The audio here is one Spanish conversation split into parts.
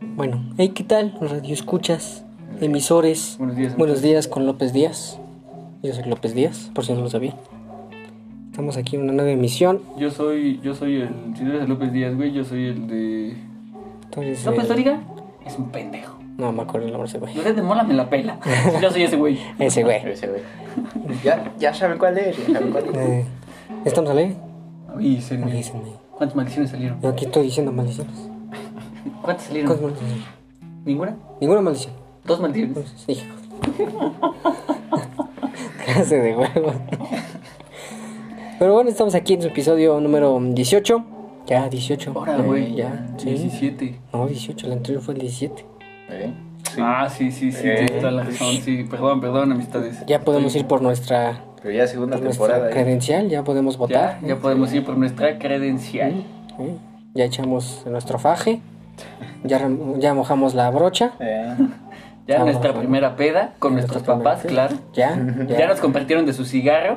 Bueno, hey, ¿qué tal? Radio escuchas, emisores. Buenos días. Buenos días con López Díaz. Yo soy López Díaz, por si no lo sabía. Estamos aquí en una nueva emisión. Yo soy, yo soy el, si no eres el López Díaz, güey, yo soy el de... Entonces, López eh, Dóriga es un pendejo. no me acuerdo el nombre de ese güey. López de Mola me la pela. Yo soy ese güey. Ese güey. Ese güey. Ya, ya saben cuál es, ya saben cuál es. Eh, ¿Estamos al aire? Avísenme. Avísenme. ¿Cuántas maldiciones salieron? Yo aquí estoy diciendo maldiciones. ¿Cuántas ¿Cuántas salieron? maldiciones? ¿Ninguna? Ninguna maldición. ¿Dos maldiciones? Entonces, hijo. Clase de huevo. Pero bueno, estamos aquí en su episodio número 18. Ya, 18. Ahora, Eh, güey. ya, sí. 17. No, 18, el anterior fue el 17. ¿Eh? Sí. Ah, sí, sí, sí, Eh. tienes toda la razón, sí. Perdón, perdón, amistades. Ya podemos ir por nuestra, Pero ya segunda por nuestra temporada. ¿eh? credencial, ya podemos Ya, votar. ya podemos ir por nuestra credencial. Sí, Ya echamos nuestro faje. Ya, rem- ya mojamos la brocha. Eh, Ya Ya, nuestra vamos, primera peda con nuestros papás, claro. Ya, ya. Ya nos compartieron de su cigarro.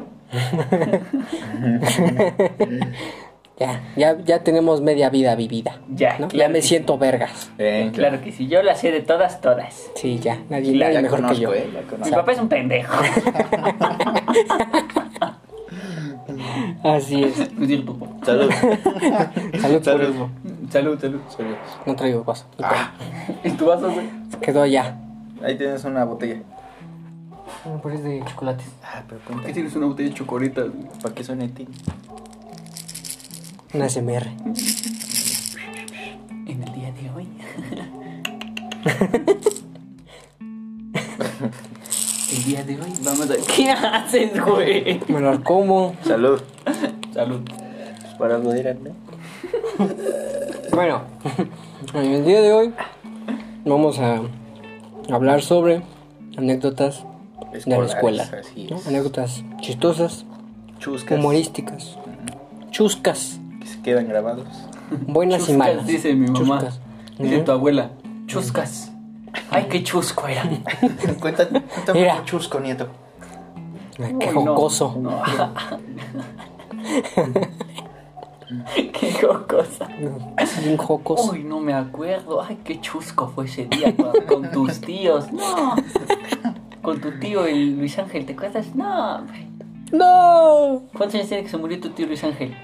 Ya, ya, ya tenemos media vida vivida. Ya, ¿no? Ya claro me que siento vergas. eh, Claro que sí, yo la sé de todas, todas. Sí, ya. Nadie, Ya, nadie ya mejor conozco, que yo. eh, ya Mi conozco. papá es un pendejo. Así es. No es cierto, papá. Salud. Salud. Salud. por- Salud, salud. Salud. No traigo vaso. Ah. ¿Y tu vaso, güey? Quedó allá. Ahí tienes una botella. Por pues es de chocolates. Ah, pero ¿Por qué ponte. tienes una botella de chocorita? güey? ¿Para qué son ti? Una SMR. En el día de hoy. el día de hoy vamos a... ¿Qué haces, güey? Me lo como. Salud. Salud. Pues Para moderarme. Bueno, en el día de hoy vamos a hablar sobre anécdotas de la Escolares, escuela. así ¿no? es. Anécdotas chistosas, Chuscas. humorísticas, chuscas, Que se quedan grabados. buenas y Chuscas, malas. dice mi mamá. Chuscas. Dice tu abuela. Chuscas. Ay, qué chusco era. Cuéntame, cuéntame Mira. un chusco, nieto. Ay, Qué Uy, no, jocoso. no. qué jocosa. Es bien jocoso. Uy, no me acuerdo. Ay, qué chusco fue ese día con, con tus tíos. No. Con tu tío, el Luis Ángel, ¿te acuerdas? No. ¡No! ¿Cuántos años tiene que se murió tu tío Luis Ángel?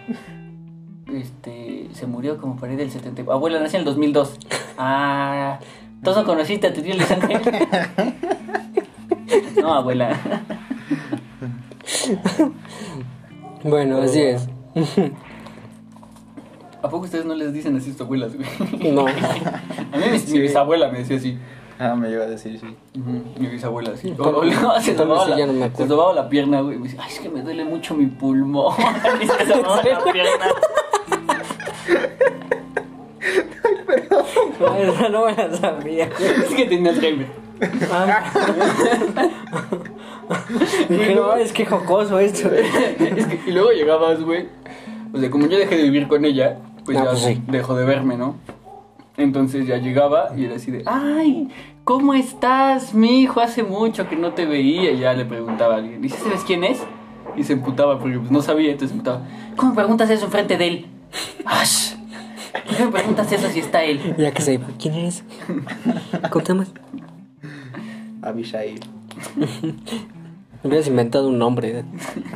Este, se murió como por ahí del 70. Abuela, nació en el 2002. Ah, ¿tú no conociste a tu tío Luis Ángel? No, abuela. Bueno, así es. ¿A poco ustedes no les dicen así a sus abuelas, güey? No. A mí mi, mi bisabuela me decía así. Ah, me iba a decir, sí. Ujú, Mi bisabuela así. O, Tal- o luego se tal vez tomaba sí, ya no me la, se acuerdo. sobaba la pierna, güey. y Me dice, ay, es que me duele mucho mi pulmón. Y se sobaba la pierna. No, esa no me la sabía. Es que tenía Alzheimer. Dije, no, es que jocoso esto. es que, y luego llegabas, güey. O sea, como yo dejé de vivir con ella, pues Ah, ya pues sí. dejó de verme, ¿no? Entonces ya llegaba y era así de, ay, ¿cómo estás, mi hijo? Hace mucho que no te veía. Y ya le preguntaba a alguien, ¿y sabes quién es? Y se emputaba porque pues, no sabía, entonces se emputaba. ¿Cómo me preguntas eso enfrente de él? ¡Ash! ¿Por qué me preguntas eso si está él? Ya que se ¿Quién eres? Contame. Abishai. Hubieras inventado un nombre. ¿eh?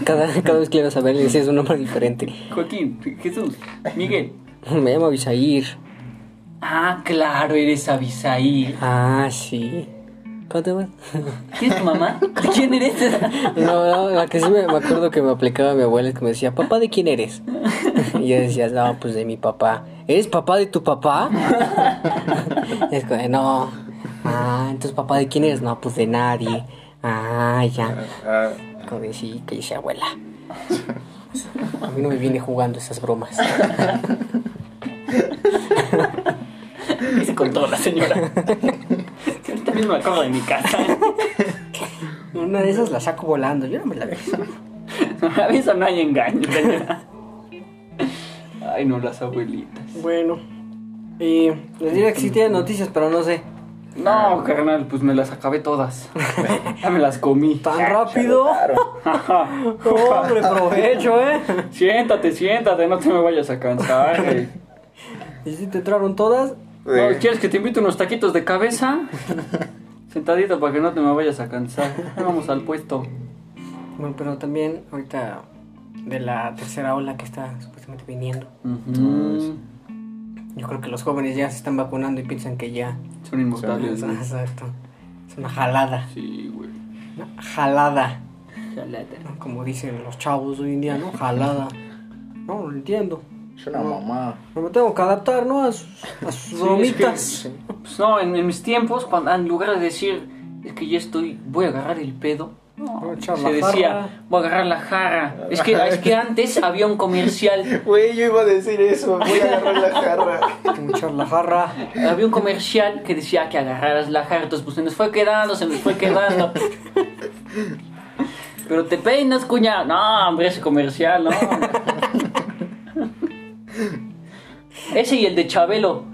Cada, cada vez que le ibas a ver le decías un nombre diferente. Joaquín, Jesús, Miguel. Me llamo Abisair. Ah, claro, eres Abisaí. Ah, sí. ¿Cómo te llamas? ¿Quién es tu mamá? ¿Quién eres? No, no, la que sí me, me acuerdo que me aplicaba mi abuela es que me decía, papá, ¿de quién eres? Y yo decía, no, pues de mi papá. ¿Eres papá de tu papá? Y es como, no. Ah, entonces papá, ¿de quién eres? No, pues de nadie. Ah, ya. Ah, Como de, sí, que dice abuela. A mí no me viene jugando esas bromas. Y se contó la señora. Que ahorita mismo me acuerdo de mi casa. Una de esas la saco volando, yo no me la veo. A veces no hay engaño, señora. Ay, no, las abuelitas. Bueno. Y les diré que sí tienen noticias, pero no sé. No, carnal, pues me las acabé todas. Ya me las comí. ¿Tan rápido? claro. Hombre, provecho, ¿eh? Siéntate, siéntate, no te me vayas a cansar. güey. ¿Y si te entraron todas? No, ¿Quieres que te invite unos taquitos de cabeza? Sentadito para que no te me vayas a cansar. Vamos al puesto. Bueno, pero también ahorita de la tercera ola que está supuestamente viniendo, Ujú. yo creo que los jóvenes ya se están vacunando y piensan que ya. Son inmortales. güey. Exacto. Es una jalada. Sí, güey. Una jalada. ¿no? Como dicen los chavos hoy en día, ¿no? Jalada. No, lo entiendo. Es una mamá. No me tengo que adaptar, ¿no? A sus, a sus Sí, bromitas. es que- pues no, en, en mis tiempos, cuando en lugar de decir es que ya estoy, voy a agarrar el pedo, no, Voy a echar la se decía, jarra. voy a agarrar la jarra. Es que, es que antes había un comercial, Güey, yo iba a decir eso. Voy a agarrar la jarra. Como echar la jarra. había un comercial que decía que agarraras la jarra, entonces pues se nos fue quedando, se nos fue quedando. Pero te peinas, cuña. No, hombre, ese comercial, no. Ese y el de Chabelo.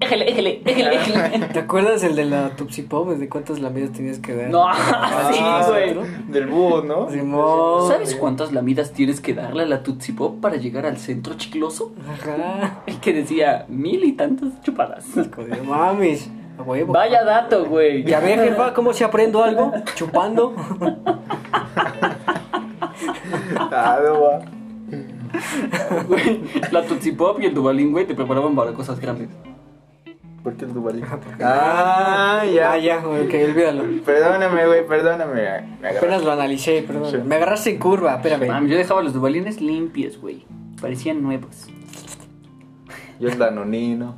Éjele, éjele, éjele, éjele. ¿Te acuerdas el de la Tupsi Pop? ¿De cuántas lamidas tenías que dar? No, Ah, sí, güey. Del búho, ¿no? Simón. ¿Sabes cuántas lamidas tienes que darle a la Tootsie Pop para llegar al centro chicloso? Ajá. El que decía mil y tantas chupadas. Como de, Mames. A huevo. Vaya dato, güey. Ya ve, jefa, cómo si aprendo algo. Chupando. Ah, no va. Güey, La Tootsie Pop y el Dubalín, güey, te preparaban para cosas grandes. ¿Por qué el Dubalín? Ah, ya, Ah, ya. ya, ok, olvídalo. Perdóname, güey, perdóname. Me agarré. Apenas lo analicé, perdón. Sí. Me agarraste en curva, espérame. Mam, yo dejaba los Dubalines limpios, güey. Parecían nuevos. Yo el danonino.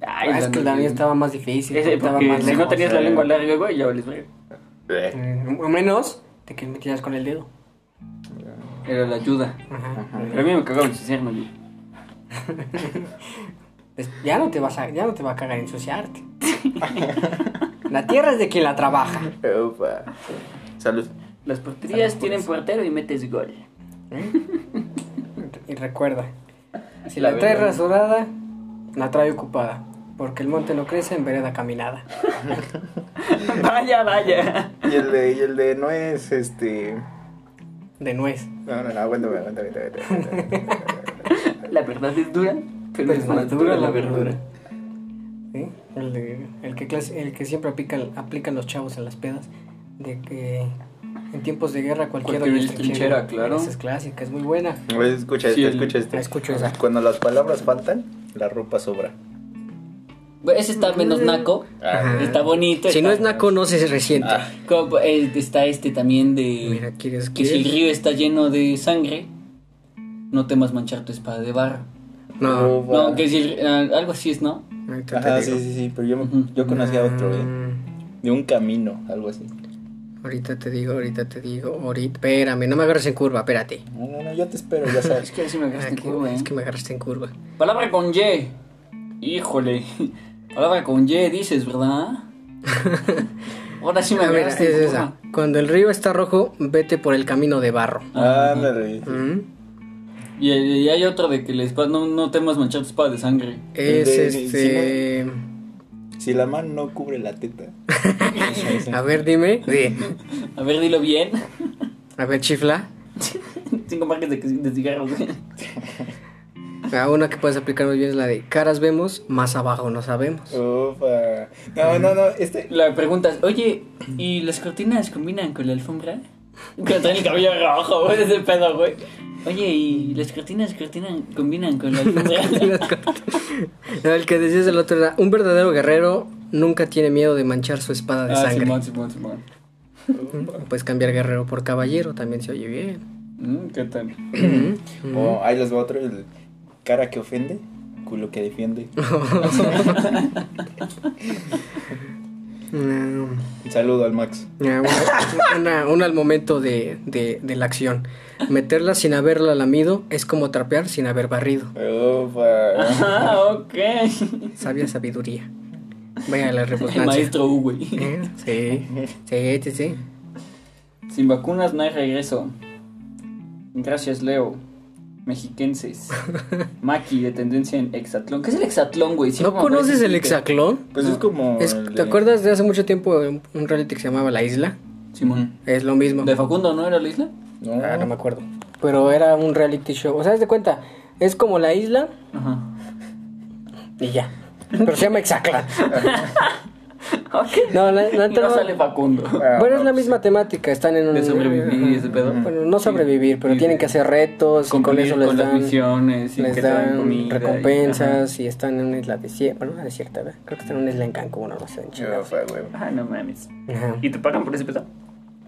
Ay, Ah, es que el Daniel estaba más difícil. Ese, estaba porque más si no lejos. tenías la lengua larga, güey, ya vales, güey. Eh, Eh, O menos de que metías con el dedo. Era la ayuda. Ajá. Pero a mí me cagaba ensuciarme, güey. Pues ya no te vas a, ya no te va a cagar ensuciarte. la tierra es de quien la trabaja. Ufa. Salud. Las porterías tienen portero y metes gol. ¿Eh? Y recuerda, si La la, traes verdad. rasurada, la trae ocupada. Porque el monte no crece en vereda caminada. Vaya, vaya. Y el de, y el de no es este. De nuez. No, no, no, aguántame, aguántame, aguántame, aguántame. La verdad es dura, pero, Pero es más dura la verdura. ¿Sí? El, de- el que, clase- el que siempre aplican, aplican los chavos en las pedas, de que en tiempos de guerra cualquier Cualquier hoyo es trinchera, claro. Esa es clásica, es muy buena. Güey, Escucha Sí, este, el- escucha este. la escucho esa. Cuando las palabras faltan, la ropa sobra. Ese está menos naco, Ah. está bonito. Si está- no es naco, no se resiente. Ah. Como, eh, está este también de Mira, ¿quieres que si el que.? río está lleno de sangre, no temas manchar tu espada de barro. No. Ufa. No, que si el- ah, algo así es, ¿no? ahorita te Ajá, digo. Ah, sí, sí, sí, pero yo, yo conocía otro, ¿eh? Mm, De un camino, algo así. Ahorita te digo, ahorita te digo, ahorita. Espérame, no me agarres en curva, espérate. No, no, no, yo te espero, ya sabes. Es que así me agarraste Aquí, curva, ¿eh? Ah, Es que me agarraste en curva. Palabra con Y. Híjole. Palabra con Y dices, ¿verdad? Ahora sí me A ver, Ah, es agarraste en esa. curva. Cuando el río está rojo, vete por el camino de barro. Ándale. Mm, Y, y hay otro de que la espada, no, no temas manchar tu espada de sangre. Es de- de- este. Si la mano no cubre la teta. A ver, dime. A ver, dilo bien. A ver, chifla. Cinco marcas de, de cigarros. Ah, una que puedes aplicar muy bien es la de caras vemos, más abajo no sabemos. Ufa. No, no, no, este. La pregunta es, oye, ¿y las cortinas combinan con la alfombra? Que trae el cabello rojo, güey, ese pedo, güey. Oye, ¿y las cortinas cortinan, combinan con la alfombra? No, el que decías el otro era, un verdadero guerrero nunca tiene miedo de manchar su espada de ah, sangre. Simón, Simón, Simón. Puedes cambiar guerrero por caballero, también se oye bien. Mm, ¿Qué tal? Oh, ahí les va otro. El cara que ofende, culo que defiende. Mm, Un saludo al Max. ah, una- una- una al momento de, de- de la acción. Meterla sin haberla lamido es como trapear sin haber barrido. Ufa. Ah, ok. Sabia sabiduría. Vaya la El repugnancia. maestro U, güey. ¿Eh? Sí, sí, sí, sí. Sin vacunas no hay regreso. Gracias, Leo. Mexiquenses. Maki, de tendencia en hexatlón. ¿Qué es el hexatlón, güey? Siempre ¿No me aparece conoces en el Twitter. hexaclón? Pues es como. Es- el ¿Te de- acuerdas de hace mucho tiempo un un reality que se llamaba La Isla? Simón. Es lo mismo. ¿De Facundo no era la isla? No, Ah, no me acuerdo. Pero era un reality show. O sea, haz de cuenta, es como La Isla Ajá. y ya. Pero se llama Exacla. Ok. No, la- la Y neta no no- sale Facundo. Ah, Bueno, es no, la misma temática, están en un... De sobrevivir y ese pedo. Bueno, no sobrevivir, pero Y- tienen que hacer retos y con Cumplir eso les con las dan... misiones y les que te dan dan comida y- recompensas y, están en una isla desierta. Bueno, una desierta, ¿verdad? Creo que están en una isla en Cancún o no sé, en Yo, chingados. fue, güey. Ajá. Ah, no mames. Ajá. ¿Y te pagan por ese pedo?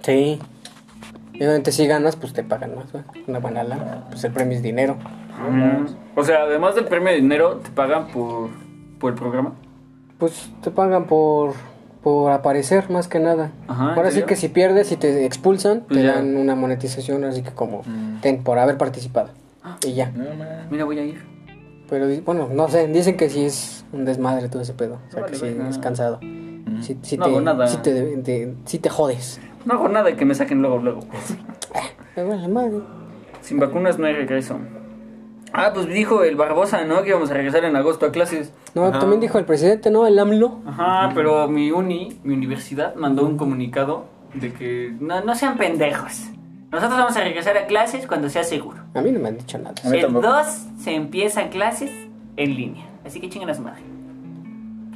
Sí. Y obviamente si ganas, pues te pagan más, güey. Una buena lana. Pues el premio es dinero. Mm. O sea, además del premio de dinero, te pagan por, por el programa. Pues te pagan por, por aparecer, más que nada. Ajá, ¿en Ahora sí serio? que si pierdes y te expulsan, Pues te ya. Mm. dan una monetización, así que como, ten, por haber participado. Ah. Y ya. No, man. Mira, voy a ir. Pero di- bueno, no sé, dicen que sí es un desmadre todo ese pedo. O sea, Vale, que sí verga. es cansado. Sí, sí No te, hago nada. sí te, de- de- sí te jodes. No hago nada que me saquen luego, luego. Me vale madre. Sin vacunas no hay regreso. Ah, pues dijo el Barbosa, ¿no? Que íbamos a regresar en agosto a clases. No, Ajá. también dijo el presidente, ¿no? El AMLO. Ajá, pero mi uni, mi universidad, mandó un comunicado de que no, no sean pendejos. Nosotros vamos a regresar a clases cuando sea seguro. A mí no me han dicho nada. A mí El tampoco. 2 se empiezan clases en línea. Así que chingan a su madre.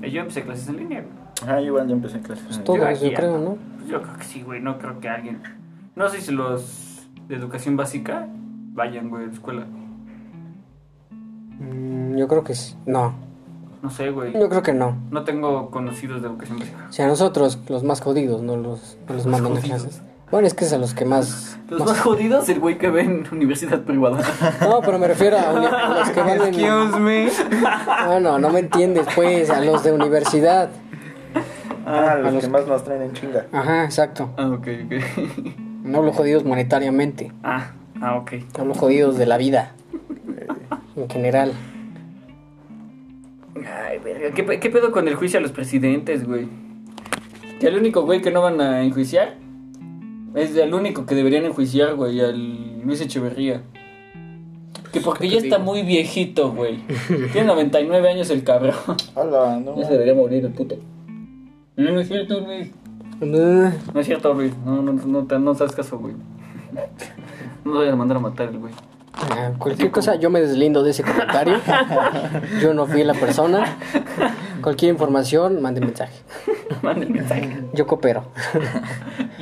Eh, Yo empecé clases en línea. güey. Ah, igual ya empecé en clase. Todos, aquí yo ando. creo, ¿no? Pues Yo creo que sí, güey. No creo que alguien. No sé si los de educación básica vayan, güey, a la escuela. Mm, Yo creo que sí. No, No sé, güey. yo creo que no. No tengo conocidos de educación básica. O sea, nosotros, los más jodidos, no los, no los mandan a jodidos. clases. Bueno, es que es a los que más... Los más jodidos, el güey que ve en universidad privada. No, pero me refiero a, uni- a los que van en... me. Bueno, no me entiendes, pues, a los de universidad. Ah, a los los- que más nos traen en chinga. Ajá, exacto. ah, ok, ok. No los jodidos monetariamente, Ah, ah, ok. no los jodidos de la vida. En general. Ay, verga. ¿Qué, pe- qué pedo con el juicio a los presidentes, güey? Que el único güey que no van a enjuiciar es el único que deberían enjuiciar, güey, al Luis Echeverría. Que porque ya está muy viejito, güey. Tiene 99 años el cabrón. Hola, no. Ya se debería morir el puto. No, no es cierto, Luis. Mm, No es cierto, Luis. No, no, no, te- no seas caso, güey. No lo voy a mandar a matar el güey. ah, Cualquier cosa, yo me deslindo de ese comentario. Yo no fui la persona. Cualquier información, mande mensaje. Manda el mensaje. Yo coopero.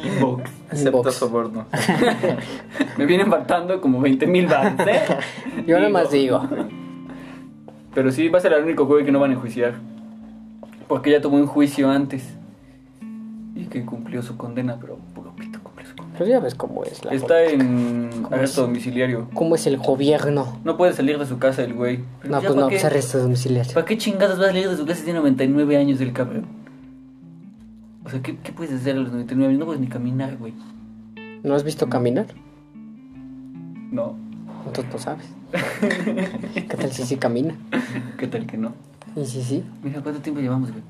Inbox. Acepto Inbox. soborno. Me vienen faltando como 20 mil baros, ¿eh? Yo nada más digo. Pero sí, va a ser el único güey que no van a enjuiciar. Porque ya tomó un juicio antes. Y que cumplió su condena, pero puro pito cumplió su condena. Pues ya ves cómo es la Está en arresto es? domiciliario. cómo es el gobierno. No puede salir de su casa el güey. Pero No, ya pues ¿pa' no, qué- pues arresto domiciliario. ¿Para qué chingados vas a salir de su casa si tiene 99 años el cabrón? O sea, ¿qué, qué puedes hacer a los 99 años? No puedes ni caminar, güey. ¿No has visto caminar? No. Entonces no sabes. ¿Qué tal si sí camina? ¿Qué tal que no? Y si sí, Mira, ¿cuánto tiempo llevamos, güey?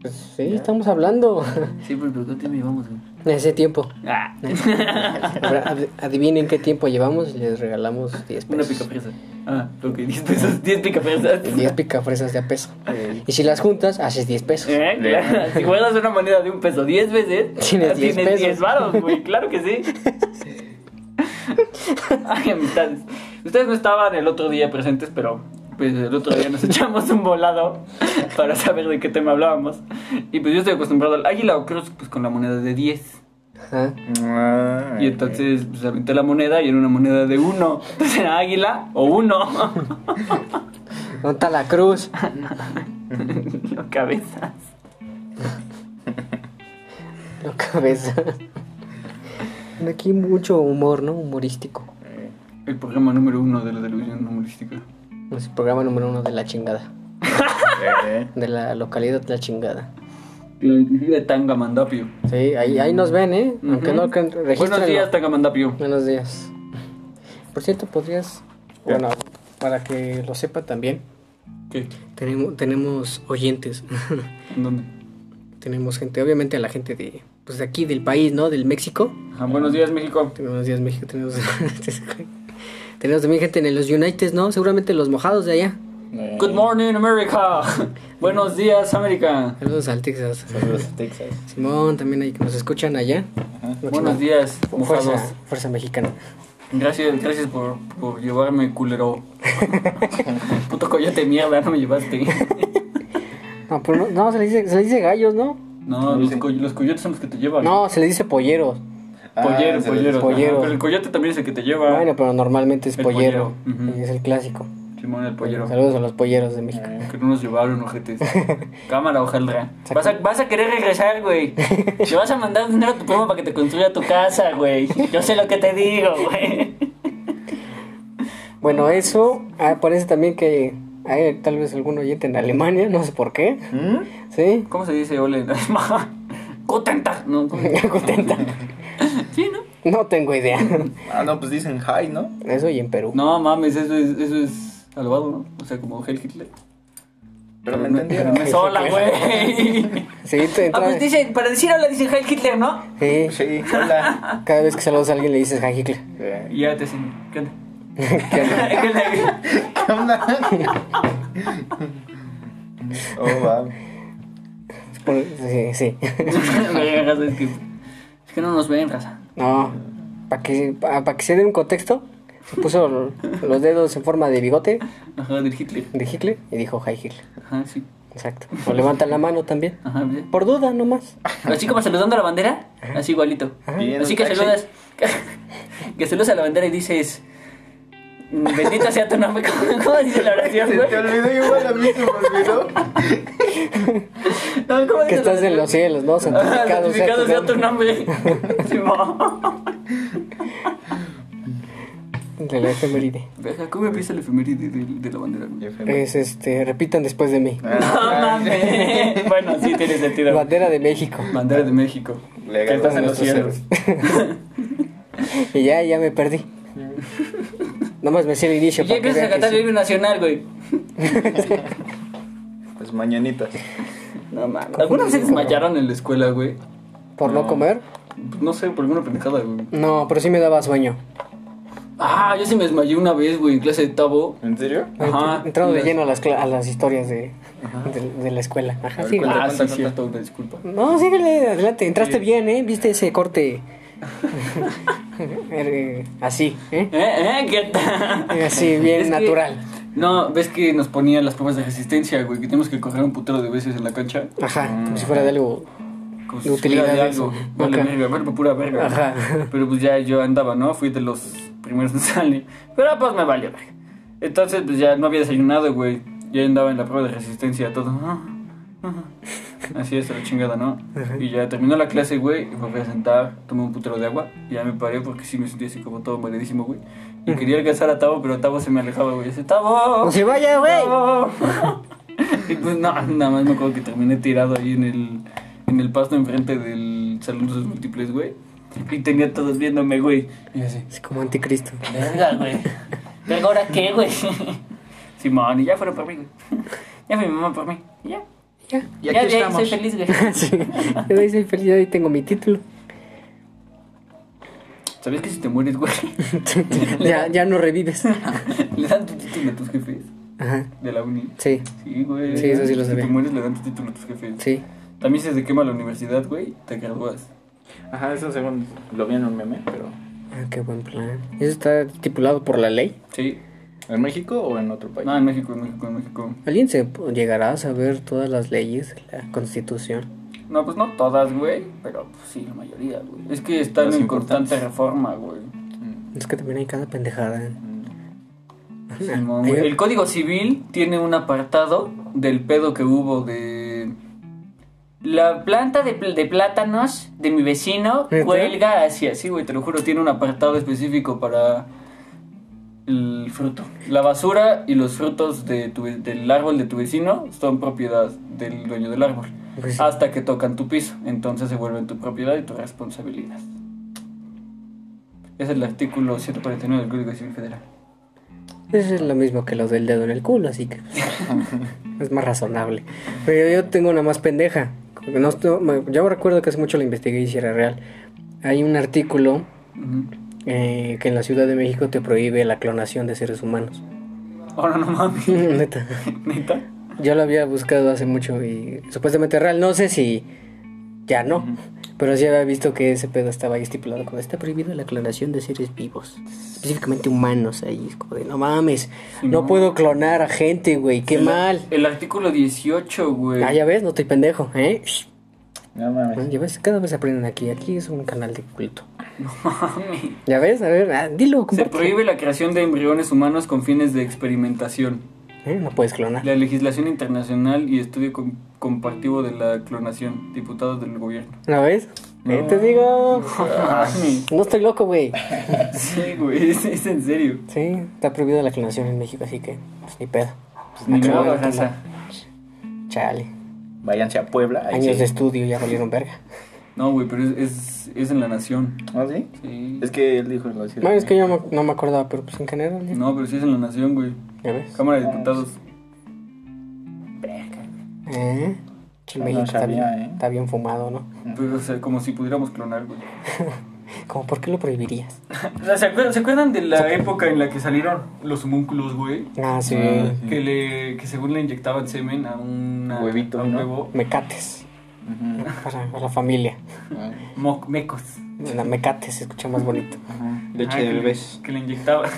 pues sí, estamos hablando. Sí, pero ¿cuánto tiempo llevamos, güey? En ese tiempo. Ah, Ahora, ad- Adivinen qué tiempo llevamos y les regalamos 10 una pesos. picafresa. Ah, ok, 10 pesos, 10 picafresas. 10 picafresas de a peso. Y si las juntas, haces 10 pesos. Eh, claro. Si guardas una moneda de un peso 10 veces, Tienes 10 pesos. varos, güey, claro que sí. Ay, amistades. Ustedes no estaban el otro día presentes, pero pues el otro día nos echamos un volado para saber de qué tema hablábamos. Y pues yo estoy acostumbrado al águila o cruz, pues con la moneda de 10. Ajá. Ah, Y entonces pues aventé la moneda y era una moneda de 1. Entonces era águila o 1. ¿Dónde está la cruz? No cabezas. La cabeza. Aquí mucho humor, ¿no? Humorístico. El programa número 1 de la televisión humorística. Es el programa número uno de la chingada. eh. De la localidad de la chingada. Inclusive Tangamandapio. Sí, ahí, ahí nos ven, ¿eh? Aunque no crean, regístrenlo. Buenos días, Tangamandapio. Buenos días. Por cierto, podrías. Bueno, para que lo sepa también, ¿Qué? tenemos, tenemos oyentes. ¿En dónde? tenemos gente, obviamente, a la gente de, pues, de aquí, del país, ¿no? Del México. Ah, buenos días, México. Tenemos buenos días, México. Tenemos, tenemos también gente en los United, ¿no? Seguramente los mojados de allá. Eh, Good morning, America. buenos días, América. Saludos al Texas. Saludos a Texas. Simón, también hay que nos escuchan allá. Buenos días, mojados. Fuerza, fuerza mexicana. Gracias, gracias por, por llevarme, culero. Puto coyote de mierda, no me llevaste. No, pero no, no, se, le dice, se le dice gallos, ¿no? No, los, coy- los coyotes son los que te llevan. No, se le dice polleros. Pollero, Ah, se pollero. les- ajá, pollero. Ah, Pero el coyote también es el que te lleva. Bueno, pero normalmente es Ah. El pollero. pollero, ujú. Y Es el clásico. Simón el pollero. Ah. Saludos a los polleros de México. Que no nos llevaron, ojetes. Cámara, ojalá. Vas a, vas a querer regresar, güey. Le vas a mandar dinero a tu primo para que te construya tu casa, güey. Yo sé lo que te digo, güey. Bueno, eso ah, parece también que hay tal vez algún oyente en Alemania, no sé por qué. ¿Mm? Sí, ¿Cómo se dice ole? en alemán? Guten Tag. No, ¿cómo? contenta. Sí, ¿no? No tengo idea. Ah, no, pues dicen hi, ¿no? Eso y en Perú. No mames, eso es, eso es alabado, ¿no? O sea, como Hell Hitler. Pero me entendieron. Pero no es hola, güey. Sí, te Ah, entra- pues dice, para decir hola dice Heil Hitler, ¿no? sí, Sí, hola. cada vez que saludas a alguien le dices Heil Hitler. Eh, Y ya te dicen, ¿qué onda? ¿Qué onda? ¿Qué onda? ¿Qué onda? Oh, wow. Es por- Sí, sí. Verga, raza, es que, es que no nos ven, raza. No, para que, pa- pa' que se dé un contexto, se puso l- los dedos en forma de bigote Ajá, del Hitler. de Hitler y dijo Heil Hitler. Ajá, sí. Exacto. O levanta la mano también. Ajá, bien. Por duda nomás. Así como saludando a la bandera, así igualito. Pidiendo Así un que taxi. saludas. Que saludas a la bandera y dices. Bendito sea tu nombre. ¿Cómo, cómo dice la Se oración, güey? te olvidó igual a mí se me olvidó. No, ¿cómo Que dice la estás en oración? los eh, cielos, ¿no? Ah, Santificado sea tu sea nombre. tu nombre. Simón. De la efeméride. Verga, ¿Cómo empieza el efeméride de, de la bandera? güey? Es este, repitan después de mí. Ah, No mames. Bueno, sí tiene sentido. Bandera de México. Bandera de México. Legal. que estás en los Nuestros cielos. Y ya, ya me perdí. Nomás me sé el inicio. Y ya para que empiezas vean a que cantar el sí. himno nacional, güey. Pues mañanitas. No mames. ¿Alguna vez se desmayaron en la escuela, güey? ¿Por no comer? No sé, por alguna pendejada, güey. No, pero sí me daba sueño. Ah, yo sí me desmayé una vez, güey, en clase de tabo. ¿En serio? Ajá. Ah, Entrando de Las- lleno a las, cla- a las historias de, de, de la escuela. Ajá, ver, sí. cuenta. Ah, sí, cierto, una disculpa. No, síguele, adelante. Entraste bien, ¿eh? Viste ese corte. Eh, Así, ¿eh? ¿Eh? ¿Eh? ¿Qué tal? Así, bien Es que- natural. No, ves que nos ponían las pruebas de resistencia, güey, que tenemos que correr un putero de veces en la cancha. Ajá, como si fuera de algo. Como De fuera utilidad de eso. algo. Vale, Ajá. verga, verga, pura verga. Ajá. Pero pues ya yo andaba, ¿no? Fui de los primeros en salir. Pero pues me valió verga. Entonces pues ya no había desayunado, güey. Ya andaba en la prueba de resistencia, todo. Ah, ah. Así es, la chingada, ¿no? Y ya terminó la clase, güey. Y me fui a sentar, tomé un putero de agua. Y ya me paré porque sí me sentí así como todo mareadísimo, güey. Y quería alcanzar a Tavo, pero Tavo se me alejaba, güey. Dice, Tavo. ¡No se vaya, güey! No. Y pues no, nada más me acuerdo que terminé tirado ahí en el, en el pasto enfrente del salón de los múltiples, güey. Y tenía todos viéndome, güey. Y yo así, Es como anticristo. verga, güey. ¿Verga ahora qué, güey? Simón, y ya fueron por mí, güey. Ya fue mi mamá por mí. Y ya. Ya. Y aquí ya, ya, soy estamos. feliz, güey. Sí. Yo ahí soy feliz, ahí tengo mi título. ¿Sabías que si te mueres, güey, ya, ya no revives. le dan tu título a tus jefes Ajá. de la uni? Sí, Sí, güey. Sí, eso sí lo Si sabía. te mueres, le dan tu título a tus jefes. sí. También si se te quema la universidad, güey, te gradúas. Ajá, eso según lo vi en un meme, pero. Ah, qué buen plan. ¿Eso está estipulado por la ley? Sí. ¿En México o en otro país? No, en México, en México, en México. ¿Alguien se llegará a saber todas las leyes de la constitución? No, pues no todas, güey, pero pues, sí, la mayoría, güey. Es que están Las en importantes. constante reforma, güey. Mm, Es que también hay cada pendejada. ¿eh? mm. Simón, güey. Hay- Eh, El Código Civil tiene un apartado del pedo que hubo de... La planta de, pl- de plátanos de mi vecino ¿Neta? cuelga hacia... Sí, güey, te lo juro, tiene un apartado específico para el fruto. La basura y los frutos de tu ve- del árbol de tu vecino son propiedad del dueño del árbol. Pues sí. Hasta que tocan tu piso, entonces se vuelven tu propiedad y tu responsabilidad. Es el artículo 149 del Código Civil Federal. Eso es lo mismo que lo del dedo en el culo, así que es más razonable. Pero yo tengo una más pendeja. No estoy- me- yo recuerdo que hace mucho la investigué y si era real. Hay un artículo Ujú. eh, que en la Ciudad de México te prohíbe la clonación de seres humanos. Ahora Oh, no mames, Mm, Neta. neta. Yo lo había buscado hace mucho y supuestamente real. No sé si ya no. Pero sí había visto que ese pedo estaba ahí estipulado como está prohibido la clonación de seres vivos, específicamente humanos ahí, es como de no mames, no, No. puedo clonar a gente, güey, qué El- mal. El artículo 18, güey. Ah, ya ves, no estoy pendejo, ¿eh? Shh. No mames. Ya ves, cada vez aprenden aquí, aquí es un canal de culto. No mames. Ya ves, a ver, ah, dilo, Se compártelo. prohíbe la creación de embriones humanos con fines de experimentación. ¿Eh? No puedes clonar. La legislación internacional y estudio com- comparativo de la clonación. Diputados del gobierno. ¿No ves? Eh, te digo, no estoy loco, güey. sí, güey, es, es en serio. Sí, está prohibida la clonación en México, así que pues, ni pedo. Pues ni Ah, qué modo, bueno, raza. Chale. Váyanse a Puebla. Ahí Años sí. de estudio ya valieron verga. No, güey, pero es, es, es en la nación. ¿Ah, sí? Sí. Es que él dijo en la ciudad. Bueno, es que yo no, no me acordaba, pero pues en general, ya, No, pero sí es en la nación, güey. ya ves. Cámara de Diputados. ¿Eh? Che, No, México no está, bien, sabía, ¿eh? está bien fumado, ¿no? Pero, o sea, como si pudiéramos clonar, güey. Como, ¿por qué lo prohibirías? O sea, ¿se acuerdan, ¿se acuerdan de la época en la que salieron los homúnculos, güey? Ah, sí. Ah, sí. Que, le, que según le inyectaban semen a, una, Huevito, a un ¿no? huevo. Mecates. Ujú. Para, para la familia. Ajá. Mo- mecos. La mecates se escucha más bonito. Ah, Leche que de le- bebés. Que le inyectaban.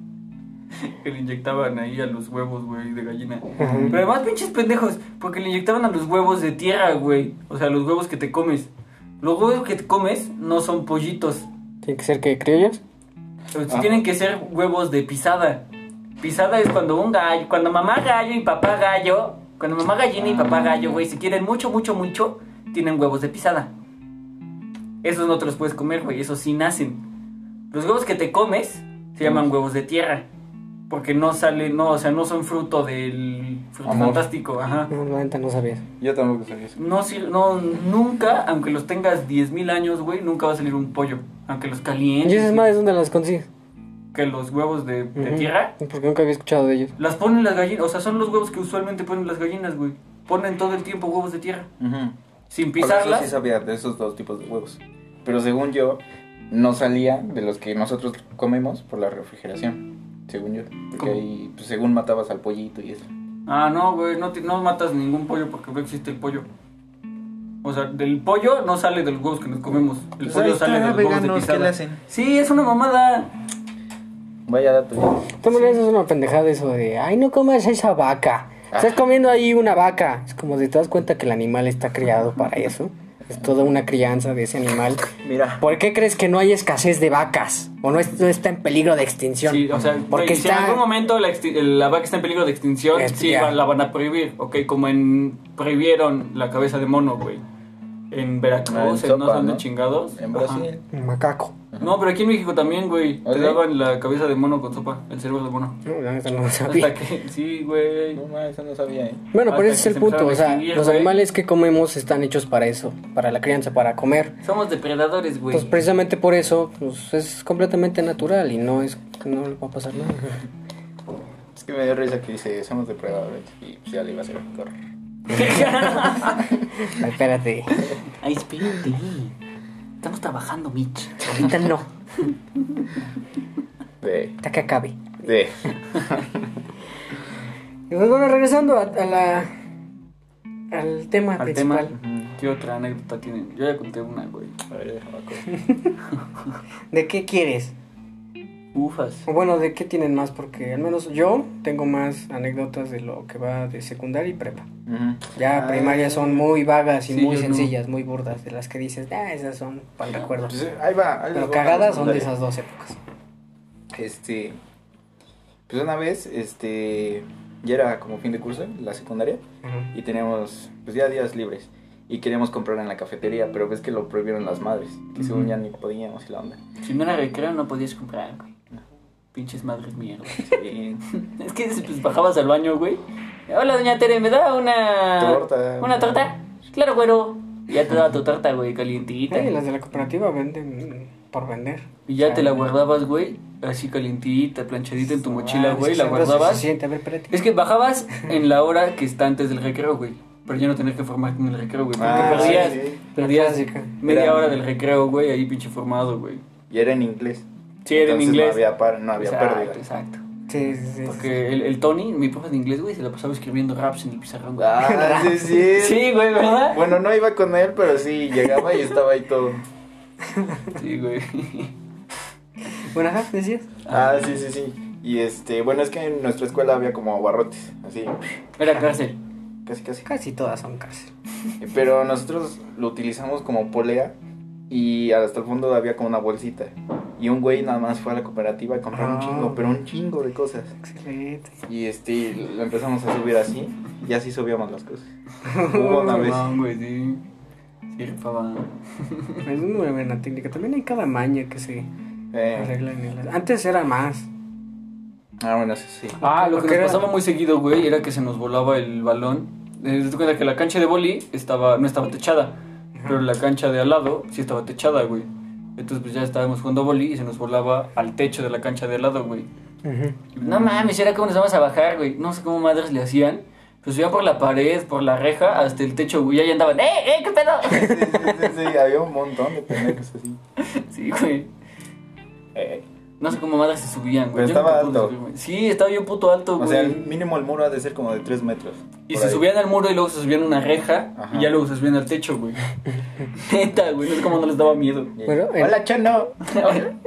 que le inyectaban ahí a los huevos, güey, de gallina. Pero además, pinches pendejos, porque le inyectaban a los huevos de tierra, güey. O sea, los huevos que te comes. Los huevos que te comes no son pollitos. Tiene que ser que criollos. Pues Ah. Tienen que ser huevos de pisada. Pisada es cuando un gallo, cuando mamá gallo y papá gallo, cuando mamá gallina y papá gallo, güey, si quieren mucho, mucho, mucho, tienen huevos de pisada. Esos no te los puedes comer, güey, esos sí nacen. Los huevos que te comes se llaman huevos de tierra. Porque no salen, no, o sea, no son fruto del fruto Amor. fantástico, ajá. No, la neta no sabía. Yo tampoco sabía eso. No, sir- no, nunca, aunque los tengas 10.000 años, güey, nunca va a salir un pollo. Aunque los ¿Y calientes, esas madres dónde las consigues? que los huevos de, de Ujú. tierra, Porque nunca había escuchado de ellos. Las ponen las gallinas, o sea, son los huevos que usualmente ponen las gallinas, güey. Ponen todo el tiempo huevos de tierra, Ujú. sin O sea, pisarlas. sí sabía de esos dos tipos de huevos. Pero según yo, no salía de los que nosotros comemos por la refrigeración. Según yo. Porque ¿Cómo? ahí, pues, según matabas al pollito y eso. Ah, no, güey, no, te- no matas ningún pollo porque no existe el pollo. O sea, del pollo no sale de los huevos que nos comemos. El Pues ahí pollo está, sale de los huevos de veganos, ¿qué pisada. le hacen? Sí, es una mamada. Vaya dato. ¿eh? De todas maneras, es una pendejada eso de, ay, no comas esa vaca. Ah. Estás comiendo ahí una vaca. Es como si te das cuenta que el animal está criado para eso. Es toda una crianza de ese animal. Mira. ¿Por qué crees que no hay escasez de vacas? ¿O no, es- no está en peligro de extinción? Sí, o sea, Porque güey, si en está- algún momento la, exti- la vaca está en peligro de extinción, Este, sí ya. va- la van a prohibir. Ok, como en prohibieron la cabeza de mono, güey. En Ah, en Veracruz, en no sopa, sé dónde ¿no? chingados. En Ajá. Brasil. Un macaco. No, pero aquí en México también, güey. ¿Ah, Te sí? daban la cabeza de mono con sopa, el cerebro de mono. No, la neta no lo sabía. Hasta que, sí, güey. No, ma, eso no sabía, ¿eh? Bueno, pero hasta ese es que el se punto. empezaron a O sea, extinguir, los güey. animales que comemos están hechos para eso, para la crianza, para comer. Somos depredadores, güey. Entonces, precisamente por eso, pues es completamente natural y no es no le va a pasar nada. Es que me dio risa que dice, somos depredadores. Y pues, ya le iba a hacer correr. Ay, espérate. Ay, espérate. Estamos trabajando, Mitch. Ahorita no. De. Hasta que acabe. De. Y pues, bueno, regresando a, a la al tema Al tema, principal. ¿qué otra anécdota tienen? Yo ya conté una, güey. A ver, déjame acordar. ¿De qué quieres? Ufas. O bueno, ¿de qué tienen más? Porque al menos yo tengo más anécdotas de lo que va de secundaria y prepa. Ujú. Ya Ah. primarias son muy vagas y Sí, muy yo no. sencillas, muy burdas, de las que dices, ah, esas son para el recuerdo. Pues, ahí va. ahí les Pero va la cagadas son de secundaria. esas dos épocas. Este. Pues una vez, este. Ya era como fin de curso, la secundaria. Ajá. Y teníamos, pues ya días libres. Y queríamos comprar en la cafetería, pero ves que lo prohibieron las madres. Que según ya ni podíamos y la onda. Si no la recreo, no podías comprar, güey. Pinches madres mierdas. Y Es que pues, bajabas al baño, güey. Hola, doña Tere, ¿me da una. Torta. ¿Una torta? Claro, güero. Y Ya te daba tu torta, güey, calientita. Eh, las de la cooperativa venden mm, por vender. Y ya te la guardabas, güey, así calientita, planchadita en tu mochila, Ah, güey, es la que siempre se- guardabas. se siente, a ver, espérate. Es que bajabas en la hora que está antes del recreo, güey. Pero ya no tener que formarte en el recreo, güey. Porque Ah, perdías, sí, sí. perdías Clásica. media Era- hora del recreo, güey, ahí pinche formado, güey. y era en inglés. Sí, era en Entonces inglés. No había, par, no había exacto, pérdida. exacto. Sí, sí, sí. Porque el, el Tony, mi profe de inglés, güey, se la pasaba escribiendo raps en el pizarrón, güey. Ah, sí, sí. Sí, güey, ¿verdad? Bueno, no iba con él, pero sí, llegaba y estaba ahí todo. Sí, güey. Bueno, ajá, decías. Ah, sí, sí, sí. Y este, bueno, es que en nuestra escuela había como barrotes, así, Era cárcel. casi, casi. Casi todas son cárcel. Pero nosotros lo utilizamos como polea y hasta el fondo había como una bolsita. Y un güey nada más fue a la cooperativa a comprar un Ah. chingo, pero un chingo de cosas. Excelente. Y este, lo empezamos a subir así y así subíamos las cosas. Hubo una vez. Mamón, güey, sí. Sí, rifaba. Es una muy buena técnica. También hay cada maña que se Eh, arregla en el... Antes era más. ah, bueno, eso sí. Ah, lo que Porque nos era- pasaba muy seguido, güey, era que se nos volaba el balón. Eh, Te das cuenta que la cancha de boli estaba, no estaba techada, pero la cancha de al lado sí estaba techada, güey. Entonces, pues ya estábamos jugando boli y se nos volaba al techo de la cancha de al lado, güey. No mames, era como nos vamos a bajar, güey. No sé cómo madres le hacían. Pues subían por la pared, por la reja, hasta el techo, güey. Y ahí andaban, ¡eh, eh, qué Sí, pedo! sí, sí, sí, había un montón de pendejos así. sí, güey. Eh, No sé cómo madres se subían, güey. Pero Yo nunca estaba pude alto. subirme. sí, estaba bien puto alto, o güey. sea, el mínimo el muro ha de ser como de 3 metros. Y por se ahí. subían al muro y luego se subían a una reja Ajá. y ya luego se subían al techo, güey. Neta, güey, no sé cómo no les daba miedo. Y- Bueno, en- Hola, Chano.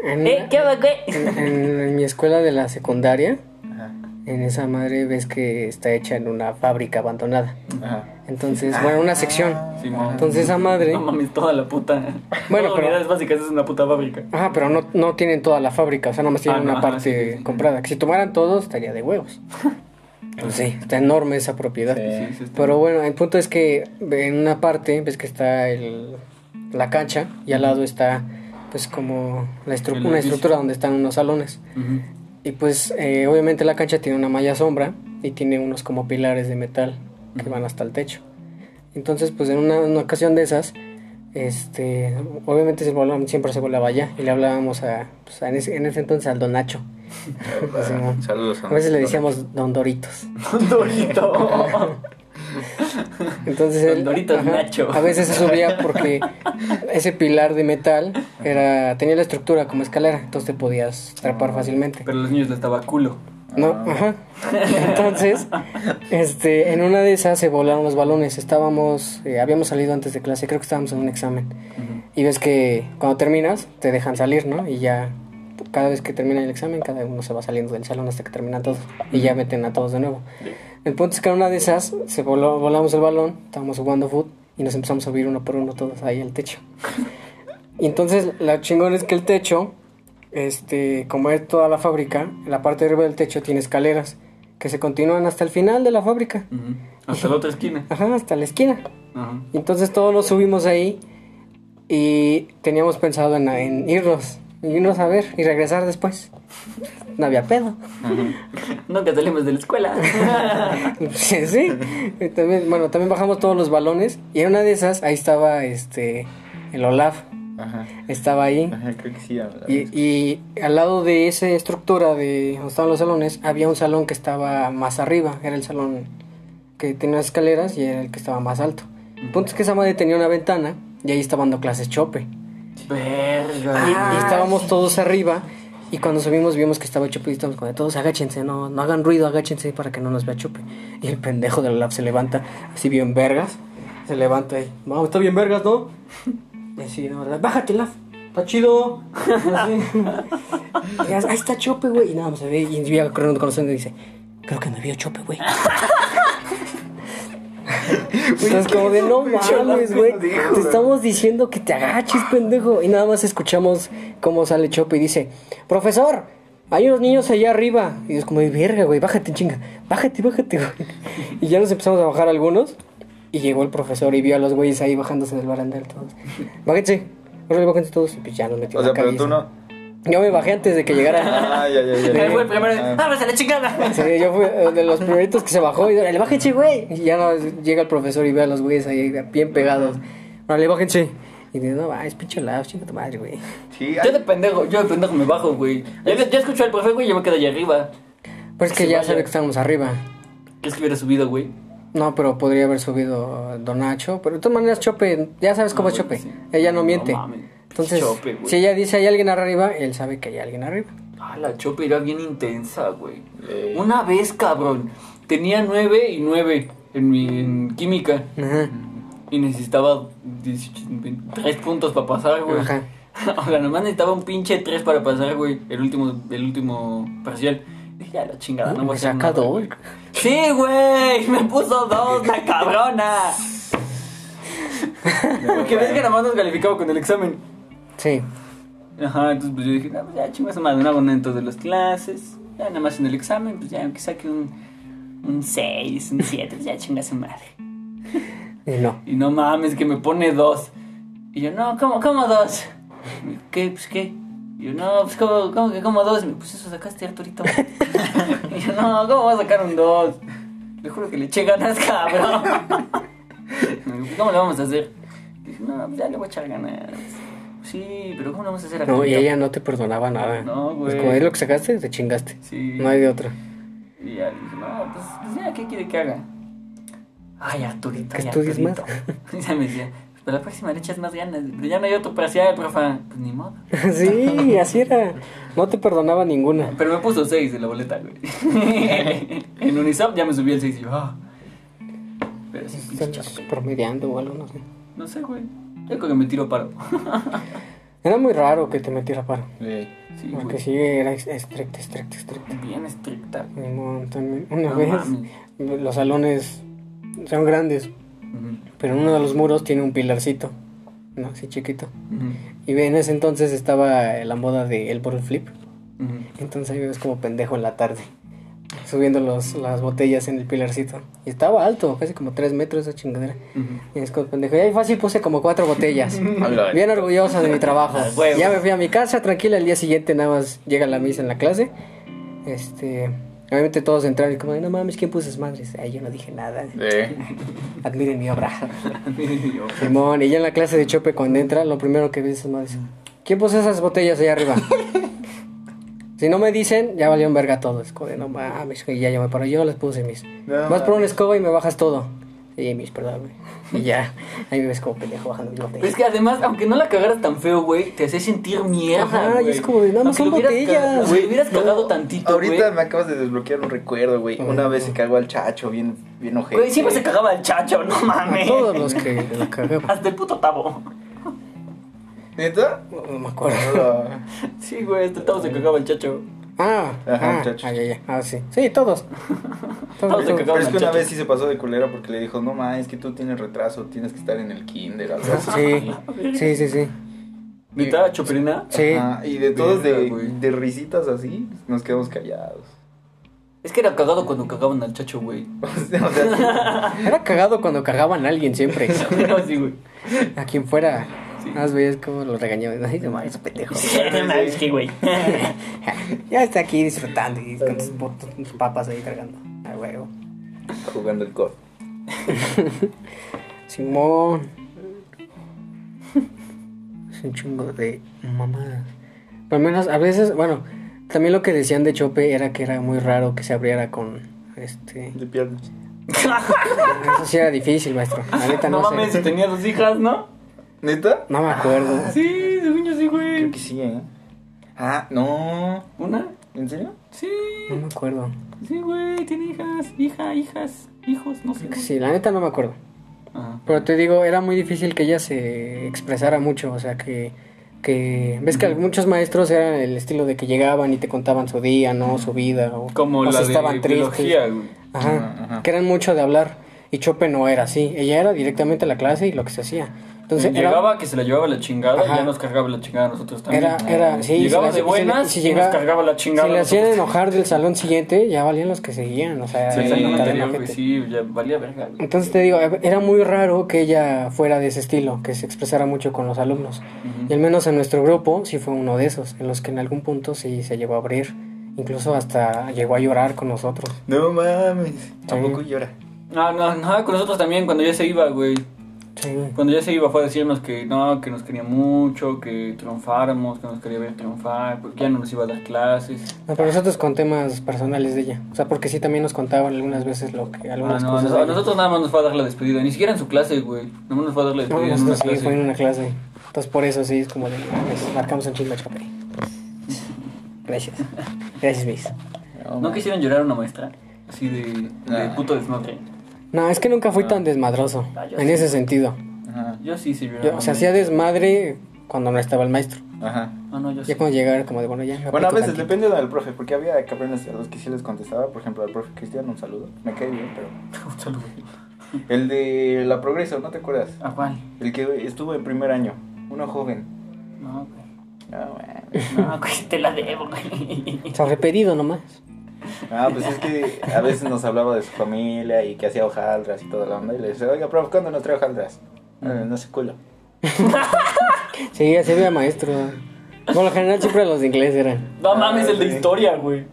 En- ¡Eh, qué hago, güey! En, en- en mi escuela de la secundaria, Ajá, en esa madre ves que está hecha en una fábrica abandonada. ajá. Entonces, bueno, una sección. Simón. Entonces esa madre... Ah. No mames, toda la puta. Bueno, Todas pero- unidades básicas es una puta fábrica. Ajá, pero no, no tienen toda la fábrica, o sea, nomás tienen Ah, no, una ajá, parte sí, sí, sí. comprada. Que si tomaran todos, estaría de huevos. Pues sí, está enorme esa propiedad. Sí. Sí, sí, está- Pero bueno, el punto es que en una parte ves que está el, la cancha y al lado está pues como la estru- una El edificio. estructura donde están unos salones. Ujú. Y pues eh, obviamente la cancha tiene una malla sombra y tiene unos como pilares de metal que van hasta el techo. Entonces pues en una, una ocasión de esas, este, obviamente se volaba- siempre se volaba allá y le hablábamos a, pues, a en, ese, en ese entonces al don Nacho. Simón. Saludos. Pues, A veces le decíamos don Doritos. Un dorito. Entonces Con él, Doritos Nacho. A veces se subía porque ese pilar de metal era tenía la estructura como escalera, entonces te podías trepar fácilmente. pero a los niños les daba culo. No, ajá. Entonces, este, en una de esas se volaron los balones. Estábamos, eh, habíamos salido antes de clase, creo que estábamos en un examen. Y ves que cuando terminas te dejan salir, ¿no? Y ya cada vez que termina el examen, cada uno se va saliendo del salón hasta que terminan todos y ya meten a todos de nuevo. El punto es que en una de esas se voló- volamos el balón, estábamos jugando foot y nos empezamos a subir uno por uno todos ahí al techo. Y entonces la chingón es que el techo, este, como es toda la fábrica, la parte de arriba del techo tiene escaleras que se continúan hasta el final de la fábrica, Ujú. Hasta la otra esquina. ajá, hasta la esquina. Ajá. Y entonces todos nos subimos ahí y teníamos pensado en, en irnos, irnos a ver y regresar después. No había pedo. Nunca salimos de la escuela. Sí, sí. Y También, bueno, también bajamos todos los balones y en una de esas ahí estaba este el Olaf, Ajá, estaba ahí. ajá, creo que sí. a la Y, vez. y al lado de esa estructura de donde estaban los salones, había un salón que estaba más arriba. Era el salón que tenía unas escaleras y era el que estaba más alto. El punto es que esa madre tenía una ventana y ahí estaban dando clases chope. Verga. Y- y estábamos todos arriba y cuando subimos vimos que estaba Chupe y estábamos como de todos agáchense, no, no hagan ruido, agáchense para que no nos vea Chupe. Y el pendejo del lab se levanta así bien vergas, se levanta y, vamos, está bien vergas, ¿no? Y así, no, bájate, Laf, está chido. Así. Y as- ahí está Chope, güey. Y nada, más se ve y llega corriendo con nosotros y dice, creo que me vio Chope, güey. Entonces Pues como de no mames, güey. Te estamos diciendo que te agaches, pendejo. Y nada más escuchamos cómo sale Chope y dice, profesor, hay unos niños allá arriba. Y es como, de verga, güey, bájate, chinga. Bájate, bájate, güey. Y ya nos empezamos a bajar algunos. Y llegó el profesor y vio a los güeyes ahí bajándose del barandal todos. Bájense, órale, bájense todos. Y pues ya nos metió o la sea, pero cabeza. tú no. Yo me bajé antes de que llegara. Ah, ya, ya, ya. Él fue el primero. Ah. ¡Ábrase la chingada! Sí, yo fui eh, de los primeritos que se bajó y le bájense, güey. Y ya no, llega el profesor y ve a los güeyes ahí bien pegados. Órale, bájense. Y dice, no, va, es pinche lado, chinga tu madre, güey. Sí, Yo de pendejo, yo de pendejo me bajo, güey. Ya, ya escucho al profe, güey, y yo me quedo allá arriba. Pues es que Sí, ya vaya. sabía que estábamos arriba. ¿Crees que hubiera subido, güey? No, pero podría haber subido Don Nacho. Pero de todas maneras, Chope, ya sabes cómo No, es güey, Chope. sí. Ella no miente. mames. Entonces, Chope, güey. si ella dice hay alguien arriba, él sabe que hay alguien arriba. Ah, la chope era bien intensa, güey. Eh. Una vez, cabrón. Tenía 9 y 9 en, mi, en química. Ajá. Y necesitaba 3 puntos para pasar, güey. Ajá. O sea, nomás necesitaba un pinche 3 para pasar, güey. El último, el último parcial. Dije, ya la chingada, Ah, no voy a Me hacer saca nada, dos. güey. Sí, güey. Me puso dos, la cabrona. Porque ves que nomás nos calificaba con el examen. Sí. Ajá, entonces pues yo dije, no, pues ya chingas madre, no hago nada en todas las clases. Ya nada más en el examen, pues ya que saque un, un 6, un 7, pues ya chingas su madre. Y no. Y no mames, que me pone dos. Y yo, no, ¿cómo, cómo dos? Y, ¿Qué? Pues qué. Y yo, no, pues ¿cómo, cómo que como dos? Y me, pues eso sacaste, Arturito. y yo, no, ¿cómo vas a sacar un dos? Le juro que le eché ganas, cabrón. Me dijo, ¿Cómo le vamos a hacer? Dije, no, pues ya le voy a echar ganas. Sí, pero ¿cómo le vamos a hacer a No, y ella no te perdonaba nada. No, güey. Pues como es lo que sacaste, te chingaste. Sí. No hay de otra. Y ya le dije, no, pues, pues ya, ¿qué quiere que haga? Ay, Arturito. Que ay, estudies más. Arturito. Y se me decía, pues para la próxima le echas más ganas. Pero ya no hay otro parcial, profa. Pues ni modo. sí, así era. No te perdonaba ninguna. Pero me puso 6 de la boleta, güey. en Unisap ya me subí el 6 y yo, ah. Pero sí, pinche Estás chape. promediando o algo, no sé. No sé, güey. Yo creo que me tiro paro. Era muy raro que te metiera paro. Eh, Sí, Porque güey. sí, era ex- estricta, estricta, estricta. Bien estricta. Mi mamá también. Una No vez, mames. los salones son grandes, Ujú, pero en uno de los muros tiene un pilarcito, ¿no? Así chiquito. ujú, Y en ese entonces estaba la moda de el bottle flip. ujú. Entonces ahí me ves como pendejo en la tarde, subiendo los, las botellas en el pilarcito. Y estaba alto, casi como 3 metros esa chingadera. Y es como pendejo. Y ahí fácil puse como cuatro botellas. Hola. Bien orgulloso de mi trabajo. A huevo. Ya me fui a mi casa tranquila. El día siguiente nada más llega la misa en la clase. Este. Obviamente todos entraron y como, "Ay, no mames, ¿quién puso esas madres? Ay, yo no dije nada. Eh, Admiren mi obra. Y yo, Simón, y ya en la clase de chope cuando entra, lo primero que ve es esas madres. ¿Quién puso esas botellas allá arriba? si no me dicen, ya valió un verga todo. Es como de, no mames, y ya yo me paro. Yo las puse mis. No Vas por mames. una escoba y me bajas todo. Sí, mis, perdón, güey. Y ya, ahí me ves como pendejo bajando mis botellas. Pero es que además, aunque no la cagaras tan feo, güey, te hacía sentir mierda. Ajá, y güey. es como de, no, no Aunque son lo hubieras botellas. cagado, güey, hubieras cagado tantito, güey. ahorita me acabas de desbloquear un recuerdo, güey. Una vez se cagó al chacho, bien, bien ojete. Güey, siempre se cagaba el chacho, no mames. Todos los que la cagaban. Hasta el puto tabo. ¿Neta? No, no me acuerdo. Hola. Sí, güey, hasta el tabo se cagaba el chacho. Ah, Ajá, ah, chacho. ah, ya, ya. Ah, sí. Sí, todos. Todos se todos. cagaban Pero es que al una chacho. vez sí se pasó de culera porque le dijo, no ma, es que tú tienes retraso, tienes que estar en el kinder, algo así. Sí, sí, sí, sí. ¿Neta, choperina? Sí. Ajá, y de todos de, Verga, güey. de risitas así, nos quedamos callados. Es que era cagado cuando cagaban al chacho, güey. O sea, o sea, Era cagado cuando cagaban a alguien siempre. No, sí, güey. A quien fuera. Más veías cómo lo regañaban. Ay, no mames, pendejo. No mames, que güey. Ya está aquí disfrutando y con tus, po- tus papas ahí cargando. A huevo. jugando el cor. Simón. Es un chingo de mamadas. Por lo menos a veces, bueno, también lo que decían de Chope era que era muy raro que se abriera con este. De piernas. Eso sí era difícil, maestro. La neta No no, mames, sé. tenía dos hijas, ¿no? ¿Neta? No me acuerdo. Sí, según yo sí, Creo güey. que sí, ¿eh? Ah, no. ¿Una? ¿En serio? Sí. No me acuerdo. Sí, güey, tiene hijas, hija, hijas, hijos, no sé. Creo que Sí, la neta no me acuerdo. Ajá. Pero te digo, era muy difícil que ella se expresara mucho, o sea que, que ves que muchos maestros eran el estilo de que llegaban y te contaban su día, no, su vida, o, Como o la si de biología, güey. Ajá, Ah, ajá. que eran mucho de hablar. Y Chope no era así, ella era directamente a la clase y lo que se hacía. Entonces era- llegaba que se la llevaba la chingada Ajá. y ya nos cargaba la chingada a nosotros también. era, era, sí, llegaba si la- de buenas si- si y nos llegaba- cargaba la chingada. Si a le hacían nosotros. enojar del salón siguiente, ya valían los que seguían, o sea, Sí, era sí, una cadena anterior, güey, ojete. sí, ya valía verga, güey. Entonces te digo, era muy raro que ella fuera de ese estilo, que se expresara mucho con los alumnos. Y al menos en nuestro grupo sí fue uno de esos, en los que en algún punto sí se llegó a abrir. Incluso hasta llegó a llorar con nosotros. No mames. Tampoco llora. No, no, no, con nosotros también, cuando ya se iba, güey. Sí. Cuando ya se iba fue a decirnos que no, que nos quería mucho, que triunfáramos, que nos quería ver triunfar, porque ya no nos iba a dar clases. Ah, No, pero nosotros con temas personales de ella. O sea, porque sí también nos contaban algunas veces lo que Ah, algunas no, a cosas. nos- de a ella. nosotros nada más nos fue a dar la despedida, ni siquiera en su clase, güey. Nada más nos fue a dar la No, despedida en una nosotros sí, fue en clase. una clase. Entonces por eso sí es como de, "Ah, pues, marcamos un chisme chope. Gracias. Gracias, Miss. ¿No quisieron llorar a una maestra? Así de, de Nah. puto desmadre. No, es que nunca fui tan desmadroso. Ah, yo En sí. ese sentido. Ajá. Yo sí sí lloraba. Yo, o sea, hacía desmadre cuando no estaba el maestro. Ajá. Ah, no, yo sí. Ya cuando llegara, como de bueno, ya. Bueno, a aplico veces tantito. depende del profe, porque había cabrones a los que sí les contestaba, por ejemplo, al profe Cristian, un saludo, me cae bien, pero... Un saludo. El de la Progreso, ¿no te acuerdas? ¿A Ah, cuál? El que estuvo en primer año, uno joven. No, güey. Ah, bueno. No, güey, te la debo, güey. Sobre pedido nomás. Ah, pues es que a veces nos hablaba de su familia y que hacía hojaldras y toda la onda, y le decía, oiga, profe, ¿cuándo nos trae hojaldras? "Eh, no sé, culo. Sí, así había maestro. Por lo general, siempre los de inglés eran. No mames, el de sí. historia, güey.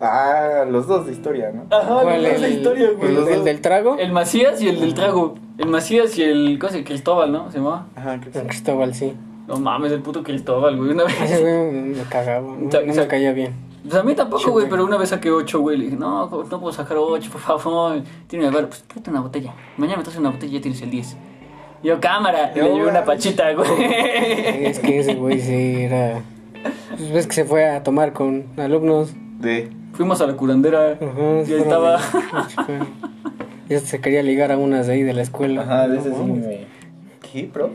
Ah, los dos de historia, Ah, ¿no? Ajá, ¿Cuál? el de ¿El- historia, güey. el- el del trago? El Macías y el del trago. El Macías y el. ¿Cómo se llama? Cristóbal, no? ¿Se llamaba? Ajá, que sí. Cristóbal, sí. No mames, el puto Cristóbal, güey. Una Ese vez. güey me cagaba. No, Sa- no sa- me caía bien. Pues a mí tampoco, Sí, güey, güey. pero una vez saqué ocho, güey. Le dije, no, no puedo sacar ocho, por favor. Tiene que ver, pues tráete una botella. Mañana me traes una botella y ya tienes el 10. Yo, cámara. Y No le llevé una mames. pachita, güey. Es que ese güey sí era. Pues ves que se fue a tomar con alumnos. De... Fuimos a la curandera. Ajá, y ahí fueron estaba. de- Ya se quería ligar a unas de ahí de la escuela. Ajá, de ese No, sí mames. me... ¿Qué, pro?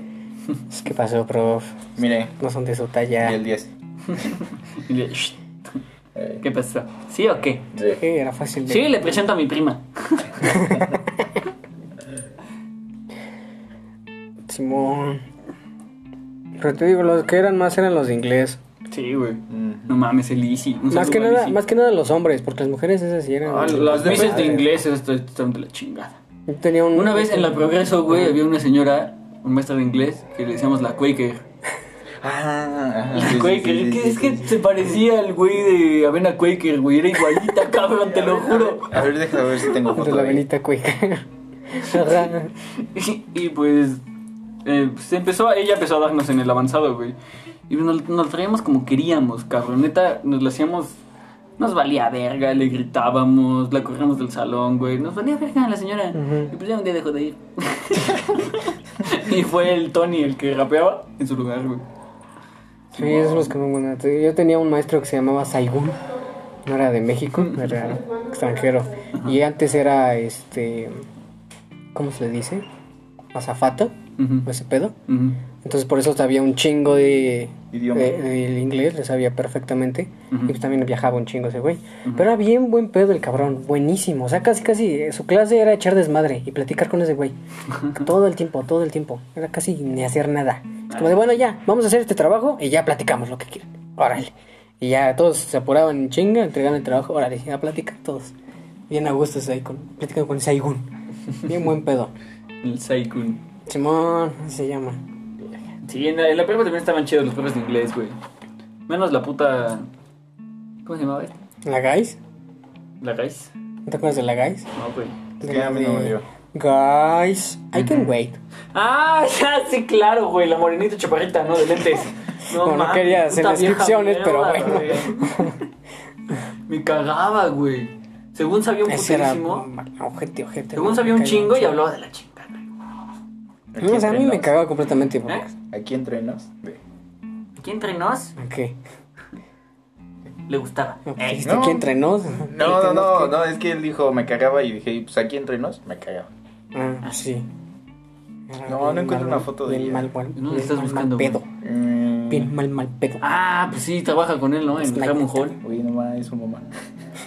Es que pasó, prof. Mire, No son de su y talla. el 10. Y le, "Shh, Eh, ¿Qué pasó? ¿Sí o qué? sí. Sí, era fácil de. Sí, le presento a mi prima. Simón. Pero te digo, los que eran más eran los de inglés. Sí, güey. Mm. No mames, el Easy. Un Más saludo que, al nada, Easy. más que nada los hombres, porque las mujeres esas sí eran. Ah, las de veces de madre. inglés esto están de la chingada. Yo tenía un- Una vez en la Progreso, güey, había una señora, un maestra de inglés, que le decíamos la Quaker. Ah, ajá, La sí, sí, Quaker, sí, que sí, es sí, que sí. se parecía al güey de Avena Quaker, güey. Era igualita, cabrón, te lo juro. A ver, déjame ver si tengo De foto la de ahí. venita cueca. Ajá. Y, y, pues, eh, se empezó, ella empezó a darnos en el avanzado, güey. Y nos, nos traíamos como queríamos, cabrón. Neta, nos la hacíamos. Nos valía verga, le gritábamos, la corríamos del salón, güey. Nos valía verga la señora. Ujú. Y pues ya un día dejó de ir. y fue el Tony el que rapeaba en su lugar, güey. Sí, esos los que no bueno, te- Yo tenía un maestro que se llamaba Saigun. No era de México, era extranjero. Y antes era este. ¿Cómo se le dice? Azafato, Ujú, o ese pedo. ujú, Entonces por eso sabía un chingo de, Idioma. de- del inglés, le sabía perfectamente. Ujú. Y pues también viajaba un chingo ese güey. Pero era bien buen pedo el cabrón, buenísimo. O sea, casi casi eh, su clase era echar desmadre y platicar con ese güey. todo el tiempo, todo el tiempo. Era casi ni hacer nada. Es como de, bueno, ya, vamos a hacer este trabajo y ya platicamos lo que quieran. Órale. Y ya todos se apuraban en chinga, entregaban el trabajo. Órale, ya platicar todos. Bien a gusto ahí con, platicando con Saigun. Bien buen pedo. El Saikun. Simón, así se llama. Sí, en la, en la prepa también estaban chidos los profes de inglés, güey. Menos la puta. ¿Cómo se llamaba esta? ¿La guys? La Rice. ¿No te acuerdas de la guys? No, güey. Es que a mí no me dio. Guys, I can wait. Ah, ya, sí, claro, güey. La morenita chaparrita, ¿no? De lentes. No, no mames, quería hacer puta vieja descripciones, pero bueno. güey. Me cagaba, güey. Según sabía un Ese era putísimo. ojete, ojete. Según me sabía un caía chingo y mucho. hablaba de la chingada. Aquí No, o sea, Pues, a mí me entrenos. cagaba completamente. ¿Eh? Aquí entre nos. Ve. ¿Quién entre nos? ¿Eh? Ok. Le gustaba. Ok, Ey, ¿Dijiste aquí entre nos? No, no, no, no, es que él dijo me cagaba y dije, pues aquí entre nos, me cagaba. Ah, sí. Era No, bien no encuentro mal- una foto de bien ella. mal, mal, No, bien estás mal, buscando, mal pedo. Mm. Bien mal, mal pedo. Ah, pues sí, trabaja con él, ¿no? En Sniper. Ramon Hall. Uy, no mames, su mamá.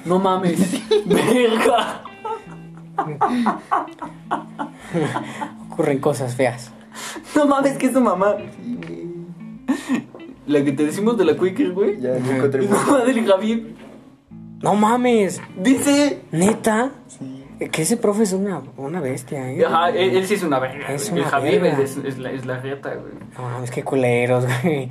No mames. Verga. Ocurren cosas feas. No mames, que es tu mamá. La que te decimos de la Quaker, güey. Ya ya encontré Es mamá del Javier. No mames, Dice. neta. Que ese profe es una, una bestia, ¿eh? Ajá, él, él sí es una verga. Es güey. una el Javier verga. es, es la, es la reta, güey. No mames, qué culeros, güey.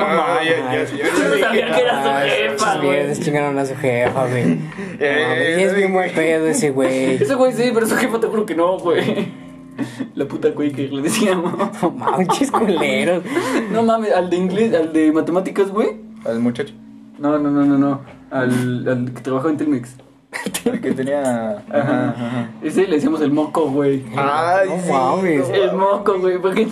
Ah, ya, ya, ya, Yo no ya. sabía que era Ay, su jefa, esos güey. viernes chingaron a su jefa, güey. No mames, Eh, y Eh, es bien buen pedo ese güey. Ese güey sí, pero su jefa te juro que no, güey. La puta Quaker, le decíamos. No mames, culeros. No mames, al de inglés, al de matemáticas, güey. Al muchacho. No, no, no, no, no. Al, al que trabajó en Telmex. El que tenía. Ajá, ajá. Ese le decíamos el moco, güey. Ay, No sí, mames. no El moco, güey, porque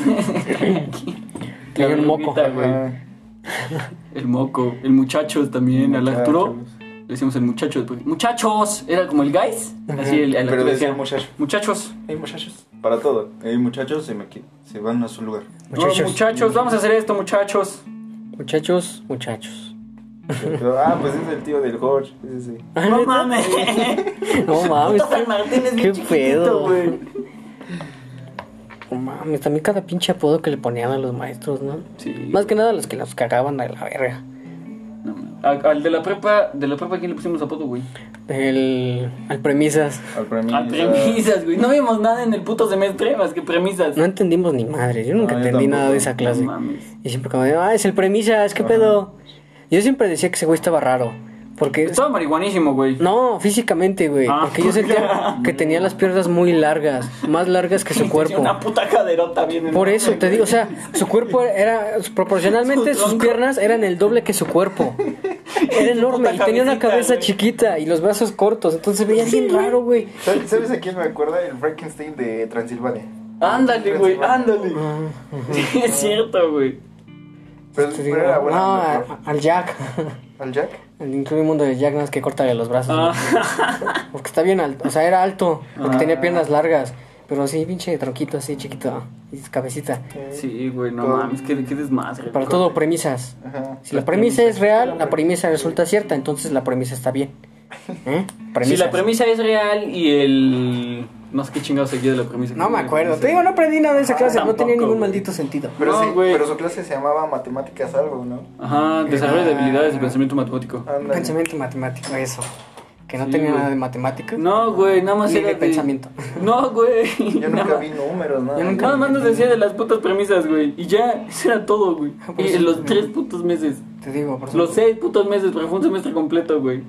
Le dio un moco. Ah. barbita, güey. Ajá. El moco, el muchacho también, al Ah, Muchachos. Arturo. Le decíamos el muchacho después. ¡Muchachos! Era como el guys. Así el, el Arturo Pero decía decía, muchachos. muchachos, Hay muchachos. Para todo. Hay muchachos se me qui- se van a su lugar. no, Muchachos. muchachos, vamos a hacer esto, muchachos. Muchachos, muchachos. Pero, ah, pues es el tío del Jorge. es ese. No mames. No mames. San Este Martín es bien Qué chiquito, pedo. güey. No mames, también cada pinche apodo que le ponían a los maestros, ¿no? Sí. Más que nada los que los cagaban a la verga. No, mames. A- al de la prepa, de la prepa, ¿quién le pusimos apodo, güey? El. Al premisas. Al premio. A premisas, güey. No vimos nada en el puto semestre más que premisas. No entendimos ni madre. Yo nunca No, yo entendí tampoco. nada de esa clase. No mames. y siempre como, de, ah, es el premisas, qué pedo. Yo siempre decía que ese güey estaba raro. Porque. Estaba marihuanísimo, güey. No, físicamente, güey. Ah. Porque yo sentía que tenía las piernas muy largas. Más largas que su Tenía cuerpo. Una puta caderota bien. Por enorme, eso te digo, o sea, su cuerpo era proporcionalmente Su sus tronco. piernas eran el doble que su cuerpo. Era enorme y tenía una cabecita, cabeza güey. chiquita y los brazos cortos, entonces veía bien raro, güey. ¿Sabes sabes a quién me acuerda? El Frankenstein de Transilvania. Ándale, güey, ándale. Sí, es cierto, güey. Pero, Te pero digo, era bueno. no, mejor. a- al Jack, ¿Al Jack? al increíble mundo de Jack, nada más que cortarle los brazos, Ah, güey. porque está bien alto, o sea, era alto, porque tenía piernas largas, pero así pinche tronquito, así chiquito y su cabecita. sí, güey, no mames, qué, qué desmadre. Para todo premisas. Ajá. Si la premisa es real, la premisa resulta cierta, entonces la premisa está bien. ¿Eh? Si la Premisas. premisa es real y el. No sé qué chingado seguía de la premisa. No me acuerdo. Te digo, no aprendí nada de Ah, esa clase. No tenía ningún maldito sentido. Pero, No, sí, güey. pero su clase se llamaba Matemáticas algo, ¿no? Ajá, desarrollo de habilidades y pensamiento matemático. Ándale. Pensamiento matemático, eso. Que no Sí, tenía güey. nada de matemática. No, güey, nada más Ni era de pensamiento. No, güey. Yo nunca vi números, nada. Yo nunca- Nada más nos decía de las putas premisas, güey. Y ya, eso era todo, güey. Ah, pues Y sí. en los tres putos meses. Te digo, por Los supuesto. seis putos meses, pero fue un semestre completo, güey.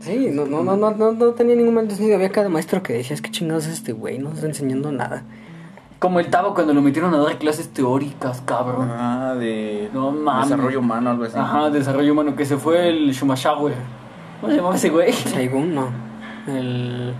Sí, no, no, no, no, no, no tenía ningún maldito sentido. Había cada maestro que decías, qué chingados es este güey, no está enseñando nada. Como el Tavo cuando lo metieron a dar clases teóricas, cabrón. Ah, de No mames. desarrollo humano, algo así. Ajá, desarrollo humano, que se fue el Schumacher. ¿Cómo se llamaba ese güey? Saigun, no. El,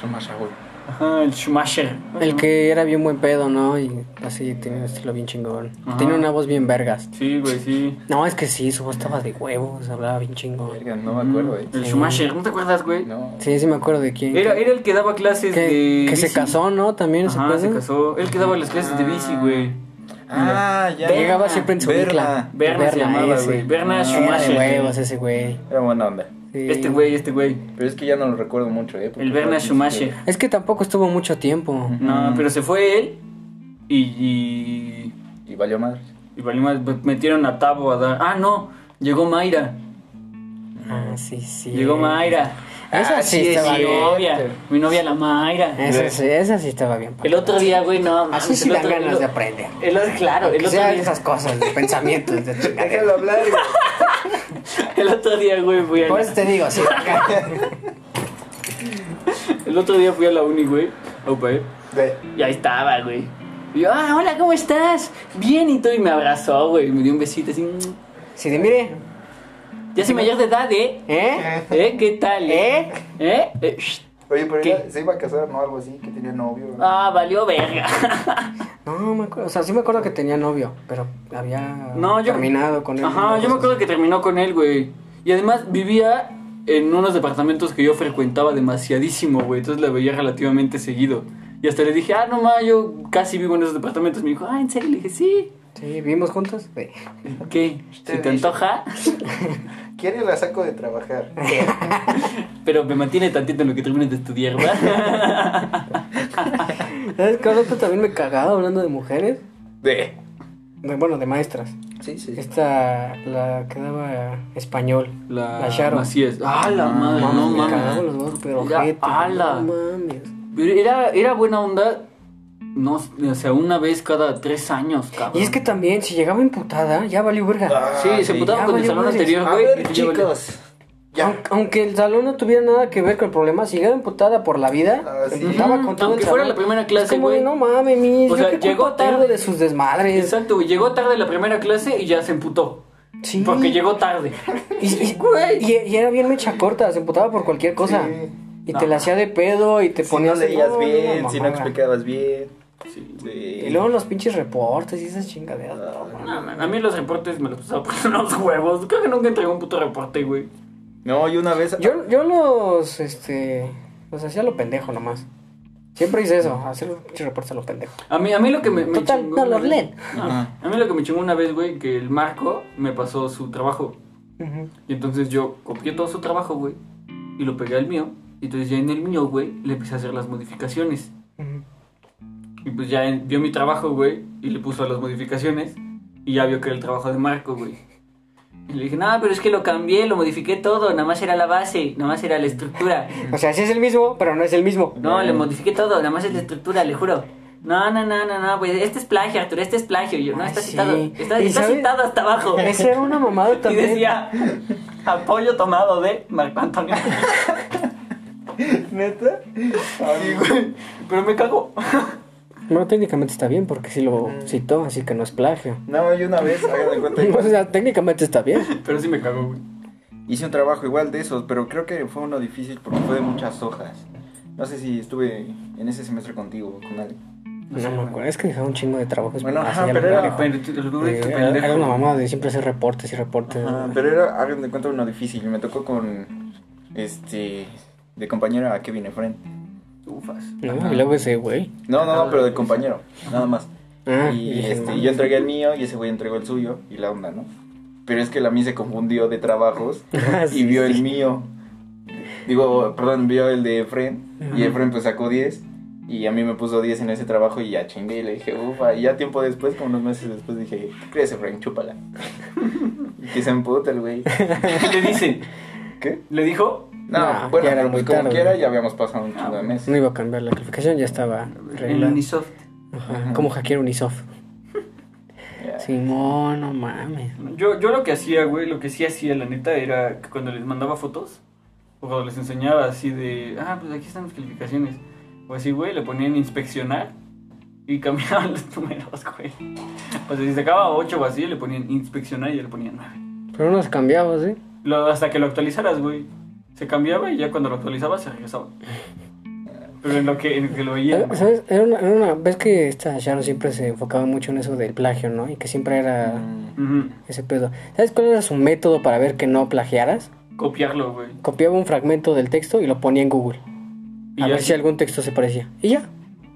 Son más agua. Ajá, el Schumacher. el que era bien buen pedo, ¿no? Y así tenía un estilo bien chingón. Ajá. Tenía una voz bien vergas. Sí, güey, sí. No, es que sí, su voz estaba de huevos, hablaba bien chingón. Verga, no me acuerdo, eh. El Schumacher, ¿no te acuerdas, güey? No. Mm. Sí, sí me acuerdo de quién. Era, era el que daba clases que, de. que se bici. casó, ¿no? También ese Ajá, se pedo. casó. El que daba las clases de bici, güey. Ah, ya. Llegaba siempre en su Berna. bicla. Berna se llamaba, ese. güey. Berna Era de Schumacher. huevos ese güey. Era buena onda. Sí. Este güey, este güey. Pero es que ya no lo recuerdo mucho, eh. porque El Bernard fue- Schumacher. Es que tampoco estuvo mucho tiempo. No, pero se fue él y. y, Y valió madre. y valió más, pues, metieron a Tabo a dar. Ah, no, llegó Mayra. Ah, sí, sí. Llegó Mayra. Esa Ah, sí es estaba mi bien. novia. Mi novia, la Mayra. Esa, sí- esa sí estaba bien. El otro día, güey, no. mames, Así sí el dan otro- el ganas de o- aprender. el otro- claro, el Que otro, sea día, esas cosas, de pensamientos, de chingadera. hablar. el otro día, güey, fui a Por la, eso te digo, sí. el otro día fui a la uni, güey, a UPAE, y ahí estaba, güey. Y yo, ah, hola, ¿cómo estás? Bien, y todo, y me abrazó, güey, me dio un besito así. mm. Si de mire, Ya soy mayor de edad, ¿eh? ¿eh? ¿Eh? ¿Qué tal? ¿Eh? ¿Eh? Eh, shh. Oye, pero ¿Qué? ella se iba a casar, ¿no? Algo así, que tenía novio. ¿no? Ah, valió verga. No, no me acuerdo. O sea, sí me acuerdo que tenía novio, pero había No, yo. terminado con él. Ajá, yo me acuerdo que terminó con él, güey. Y además vivía en unos departamentos que yo frecuentaba demasiadísimo, güey. Entonces la veía relativamente seguido. Y hasta le dije, ah, no ma, yo casi vivo en esos departamentos. Me dijo, ah, ¿en serio? Le dije, sí. Sí, vimos juntos. Sí. ¿Qué? ¿Se te antoja? Quiere la saco de trabajar. Pero me mantiene tantito en lo que termine de estudiar, ¿verdad? ¿Sabes qué? Ahorita también me cagaba hablando de mujeres. De. De- bueno, de maestras. Sí, sí. Esta, la que daba español. La, Sharon. Así es. ¡Ah, la madre! Mames, No me cagaba mames. los dos, pero Mira, ojete, ala. No mames. Pero era, era buena onda, no, o sea, una vez cada tres años, cabrón. Y es que también, si llegaba imputada, ya valió verga. Ah, Sí, se sí. putaban Ya con el valió salón madres. anterior, A güey. ver, y yo, chicos. Aun- Aunque el salón no tuviera nada que ver con el problema, si llegaba imputada por la vida, Ah, sí. se emputaba Ujú, con todo el aunque fuera salón. la primera Es clase, como de, güey. No mames, mis. O sea, llegó llegó tarde tarde. de sus desmadres. Exacto, güey. Llegó tarde la primera clase y ya se emputó. Sí. Porque llegó tarde. Y, y- y- y era bien mecha corta, se emputaba por cualquier cosa. Sí. Y te la hacía de pedo y te Si no ponía. así, leías "No, bien, no, si no mamá". explicabas bien. Ah. Sí. Y Sí. luego los pinches reportes y esas chingaderas. no, man. No, man, a mí los reportes me los pasaba por unos huevos. Creo que nunca entregué un puto reporte, güey. No, y una vez. Yo, yo los, este, los hacía lo pendejo nomás. Siempre hice eso, hacer los pinches reportes a lo pendejo. A mí, a mí lo que me, me Total, chingó no una los vez- leen. No, Ajá. a mí lo que me chingó una vez, güey, que el Marco me pasó su trabajo. Ujú. Y entonces yo copié todo su trabajo, güey, y lo pegué al mío. Y entonces ya en el mío, güey, le empecé a hacer las modificaciones. Ujú. Y pues ya en- vio mi trabajo, güey, y le puso las modificaciones. Y ya vio que era el trabajo de Marco, güey. Y le dije, no, pero es que lo cambié, lo modifiqué todo. Nada más era la base, nada más era la estructura. O sea, sí es el mismo, pero no es el mismo. No, le modifiqué todo, nada más es la estructura, le juro. No, no, no, no, no, pues este es plagio, Arturo, este es plagio. Y Yo, no, Ay, está sí. citado, está, ¿Y está sabes? citado hasta abajo. Ese era una mamada Y también. decía, apoyo tomado de Marco Antonio. ¿Neta? Sí, güey, pero me cago. Bueno, técnicamente está bien porque sí lo citó, así que no es plagio. No, yo una vez, hagan de cuenta, O igual, sea, técnicamente está bien. Pero sí me cago, güey. hice un trabajo igual de esos, pero creo que fue uno difícil porque fue de muchas hojas. No sé si estuve en ese semestre contigo, con alguien. No me acuerdo, es que dejaba un chingo de trabajos. Bueno, así ajá, a lo pero era- este pendejo. Pero tú- tú Eh, eres tu era- era una pendejo. mamada de siempre hacer reportes y reportes. Ajá, pero era, hagan de cuenta, uno difícil. Me tocó con, este, de compañero a Kevin Efren. Ufas. No, y luego ese güey. No, no, no, pero de compañero, nada más. Ah, Y dije, este, no. yo entregué el mío y ese güey entregó el suyo y la onda, ¿no? Pero es que la mía se confundió de trabajos Ah, y sí, vio sí. el mío. Digo, perdón, vio el de Efren y Ajá. Efren pues sacó 10 y a mí me puso 10 en ese trabajo y ya chingué y le dije, ufa, y ya tiempo después, como unos meses después, dije, ¿qué crees, Efren? Chúpala. y que se emputa el güey. ¿Qué le dicen? ¿Qué? ¿Le dijo? No, Nah, bueno, ya era pero muy pues como tarde. quiera ya habíamos pasado un Ah, chingo de bueno. meses. No iba a cambiar la calificación, ya estaba En arreglada. Unisoft. Ajá, Como hackear Unisoft. Ya. Simón, no mames. Yo, yo lo que hacía, güey, lo que sí hacía, la neta, era que cuando les mandaba fotos, o cuando les enseñaba así de, ah, pues aquí están las calificaciones, o así, güey, le ponían inspeccionar y cambiaban los números, güey. O sea, si sacaba 8 o así, le ponían inspeccionar y ya le ponían 9. Pero nos cambiabas, ¿eh? Lo, hasta que lo actualizaras, güey. Se cambiaba y ya cuando lo actualizaba se regresaba. Pero en lo que, en lo, que lo veía. ¿Sabes? Era una, era una- Ves que esta Sharon siempre se enfocaba mucho en eso del plagio, ¿no? Y que siempre era Mm, Ujú. ese pedo. ¿Sabes cuál era su método para ver que no plagiaras? Copiarlo, güey. Copiaba un fragmento del texto y lo ponía en Google. Y A ya ver sí. si algún texto se parecía. Y ya.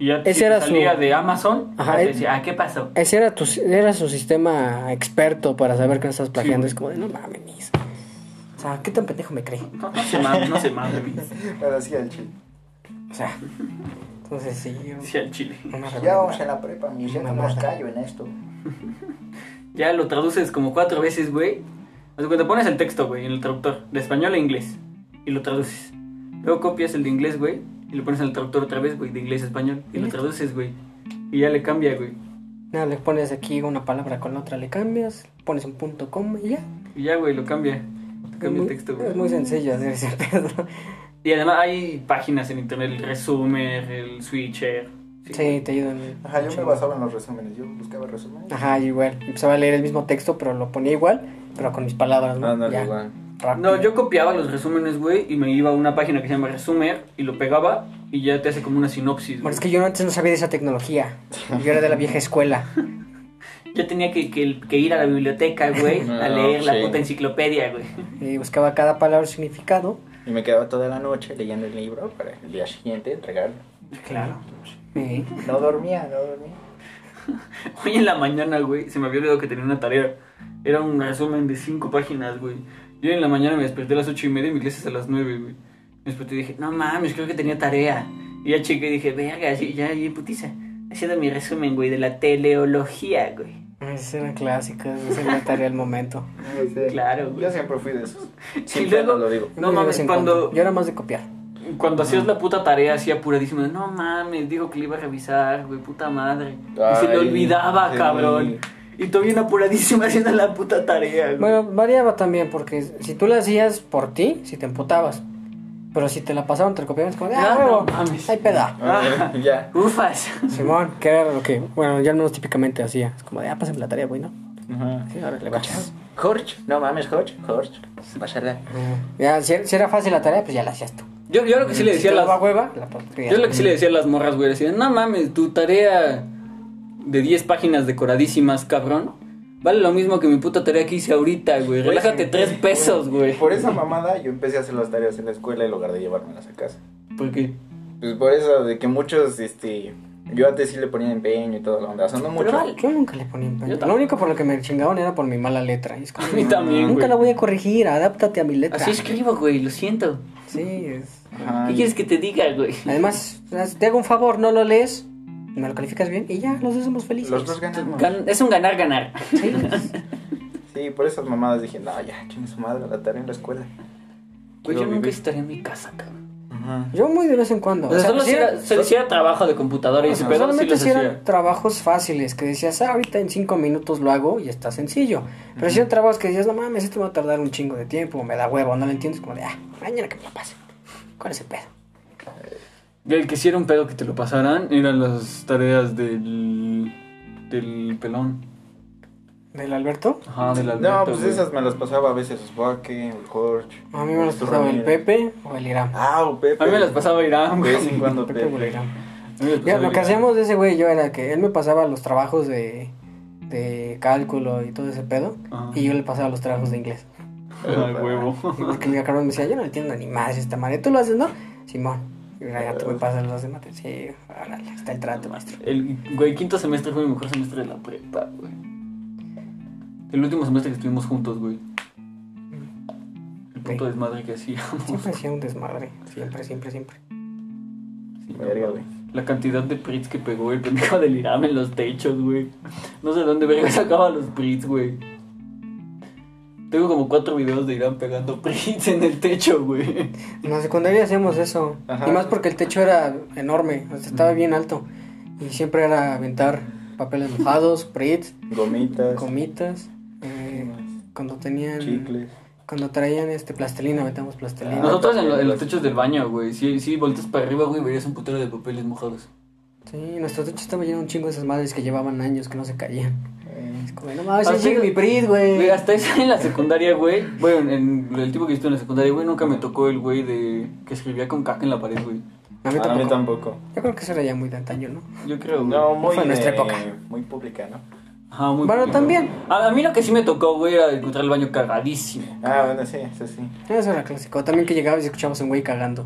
Y ya Ese si te era su- salía de Amazon, Ajá, eh, ya te él- decía, ah, ¿qué pasó? Ese era, tu, era su sistema experto para saber que no estás plagiando. Sí. es como de, no mames. mis". O sea, ¿qué tan pendejo me cree? No, no se mames, no se mames. Ahora sí al chile. O sea, entonces sí. yo- Decía el chile. una Ya rebelde. vamos en la prepa, mi ya no nos callo en esto. Ya lo traduces como cuatro veces, güey. O sea, cuando pones el texto, güey, en el traductor, de español a inglés, y lo traduces. Luego copias el de inglés, güey, y lo pones en el traductor otra vez, güey, de inglés a español, y lo traduces, güey. Y ya le cambia, güey. Nada, le pones aquí una palabra con la otra, le cambias, pones un punto coma y ya. Y ya, güey, lo cambia. Te Es Cambia muy, el texto, güey. es muy sencillo hacer ese pedo. Y además hay páginas en internet, el resumer, el switcher. Sí, te ayudan. Ajá, yo mucho. me basaba en los resúmenes, yo buscaba resúmenes. Ajá, igual. Empezaba a leer el mismo texto, pero lo ponía igual, pero con mis palabras, ¿no? Ya, rápido. No, yo copiaba los resúmenes, güey, y me iba a una página que se llama Resumer y lo pegaba y ya te hace como una sinopsis. Bueno, güey. es que yo antes no sabía de esa tecnología. Yo era de la vieja escuela. Yo tenía que, que- que ir a la biblioteca, güey, a No, leer la sí. puta enciclopedia, güey. Y buscaba cada palabra su significado. Y me quedaba toda la noche leyendo el libro para el día siguiente entregarlo. Claro. Y No dormía, no dormía. Hoy en la mañana, güey, se me había olvidado que tenía una tarea. Era un resumen de cinco páginas, güey. Yo en la mañana me desperté a las ocho y media y mi clase es a las nueve, güey. Me desperté y dije, no mames, creo que tenía tarea. Y ya chequé y dije, verga, sí, ya, ya, putiza. Haciendo mi resumen, güey, de la teleología, güey. esas eran clásicas, esa era la tarea del momento. Claro, güey. Yo siempre fui de esos. y Siempre luego, no lo digo. Yo No de mames, vez en cuando, cuando- Yo era más de copiar. Cuando hacías la puta tarea así apuradísima, no mames, dijo que le iba a revisar, güey, puta madre. y se le Ay, olvidaba, sí. cabrón. Y tú bien apuradísima haciendo la puta tarea, güey. Bueno, variaba también, porque si tú la hacías por ti, si te emputabas. Pero si te la pasaban, te la copiaban, es como, Ah, ah, huevo, no mames. hay peda. Ah. ya. Ufas. Simón, que era lo que, bueno, ya al menos típicamente hacía. Es como de, ah, pásame la tarea, güey, ¿no? Sí, ahora le vas. Jorge, no mames, Jorge, Jorge. Pásala. Ah. Ya, si, si era fácil la tarea, pues ya la hacías tú. Yo, yo lo que sí le decía a Si te las. daba hueva, la papaya. Yo lo que sí le decía a las morras, güey, decía, no mames, tu tarea de 10 páginas decoradísimas, cabrón, vale lo mismo que mi puta tarea que hice ahorita, güey. Relájate sí. 3 pesos, güey. Por esa mamada yo empecé a hacer las tareas en la escuela en lugar de llevármelas a casa. Porque Pues por eso, de que muchos, este... Yo antes sí le ponía empeño y toda la onda, o sea, no mucho. Yo nunca le ponía empeño. Yo tampoco. Lo único por lo que me chingaban era por mi mala letra. Y es como, a mí también, nunca güey. la voy a corregir, adáptate a mi letra. Así escribo, güey, lo siento. Sí, es. Ajá, ¿Qué y- quieres que te diga, güey? Además, te hago un favor, no lo lees, me lo calificas bien y ya, los dos somos felices. Los dos ganamos. Gan- es un ganar, ganar. Sí. Sí, por esas mamadas dije, no, ya, chingue su madre, la tarea en la escuela. Güey, yo Quiero nunca vivir. estaré en mi casa, cabrón. Ajá. Yo muy de vez en cuando. pues, O sea, solo sí si era- era, solo si era trabajo de computadora y ese Ajá. pedo, sí Solamente los si eran hacía. trabajos fáciles, que decías, ah, ahorita en cinco minutos lo hago y está sencillo. Pero si eran trabajos que decías, no mames, esto me va a tardar un chingo de tiempo, me da huevo, no lo entiendes, como de, ah, mañana que me lo pase. ¿Cuál es el pedo? El que sí era un pedo que te lo pasaran eran las tareas del. del pelón. ¿Del Alberto? Ajá, del Alberto, No, pues güey. esas me las pasaba a veces, el Baque, el Jorge. A mí me los Ernesto pasaba el Ramírez. Pepe o el Irán. Ah, o Pepe. A mí me las pasaba Irán, De güey. vez en cuando Pepe o el Pepe. Irán. A mí me las Ya, pasaba lo que Irán. hacíamos de ese güey yo era que él me pasaba los trabajos de, de cálculo y todo ese pedo. Ajá. Y yo le pasaba los trabajos de inglés. Ay, huevo. Y Porque mi cabrón me decía, yo no entiendo ni más esta madre. Tú lo haces, ¿no? Simón. Y mira, ya tú me pasas los demás. Sí, órale, está el trato, maestro. El güey, quinto semestre fue mi mejor semestre de la prepa, güey. El último semestre que estuvimos juntos, güey. El puto Ok. desmadre que hacíamos. Siempre hacía un desmadre. Siempre, siempre, siempre. Sí, no Verga, mames. güey. La cantidad de prits que pegó el pendejo del Irán en los techos, güey. No sé dónde verga sacaba los prits, güey. Tengo como cuatro videos de Irán pegando prits en el techo, güey. En la secundaria hacíamos eso. Ajá. Y más porque el techo era enorme. O sea, estaba bien alto. Y siempre era aventar papeles mojados, prits, Gomitas, comitas. eh, cuando tenían... chicles. Cuando traían este plastilina, metamos plastilina. Nosotros en, lo- en los techos del baño, güey. Si, si volteas para arriba, güey, verías un putero de papeles mojados. Sí, nuestro techo estaba lleno de un chingo de esas madres que llevaban años que no se caían. eh, Es como, no mames, Ah, ahí sí. sigue mi prit, Güey, güey. hasta eso en la secundaria, güey. Bueno, en el tipo que estuve en la secundaria, güey, nunca me tocó el güey de que escribía con caca en la pared, güey. A mí Ah, A mí tampoco. tampoco. Yo creo que eso era ya muy de antaño, ¿no? Yo creo, güey. No, muy. Fue en nuestra eh, época. Muy pública, ¿no? Ajá, Ah, muy Bueno, poquito. también. A, a mí lo que sí me tocó, güey, era encontrar el baño cagadísimo. Ah, bueno, sí, eso sí. Eso era clásico. También que llegabas y escuchabas a un güey cagando.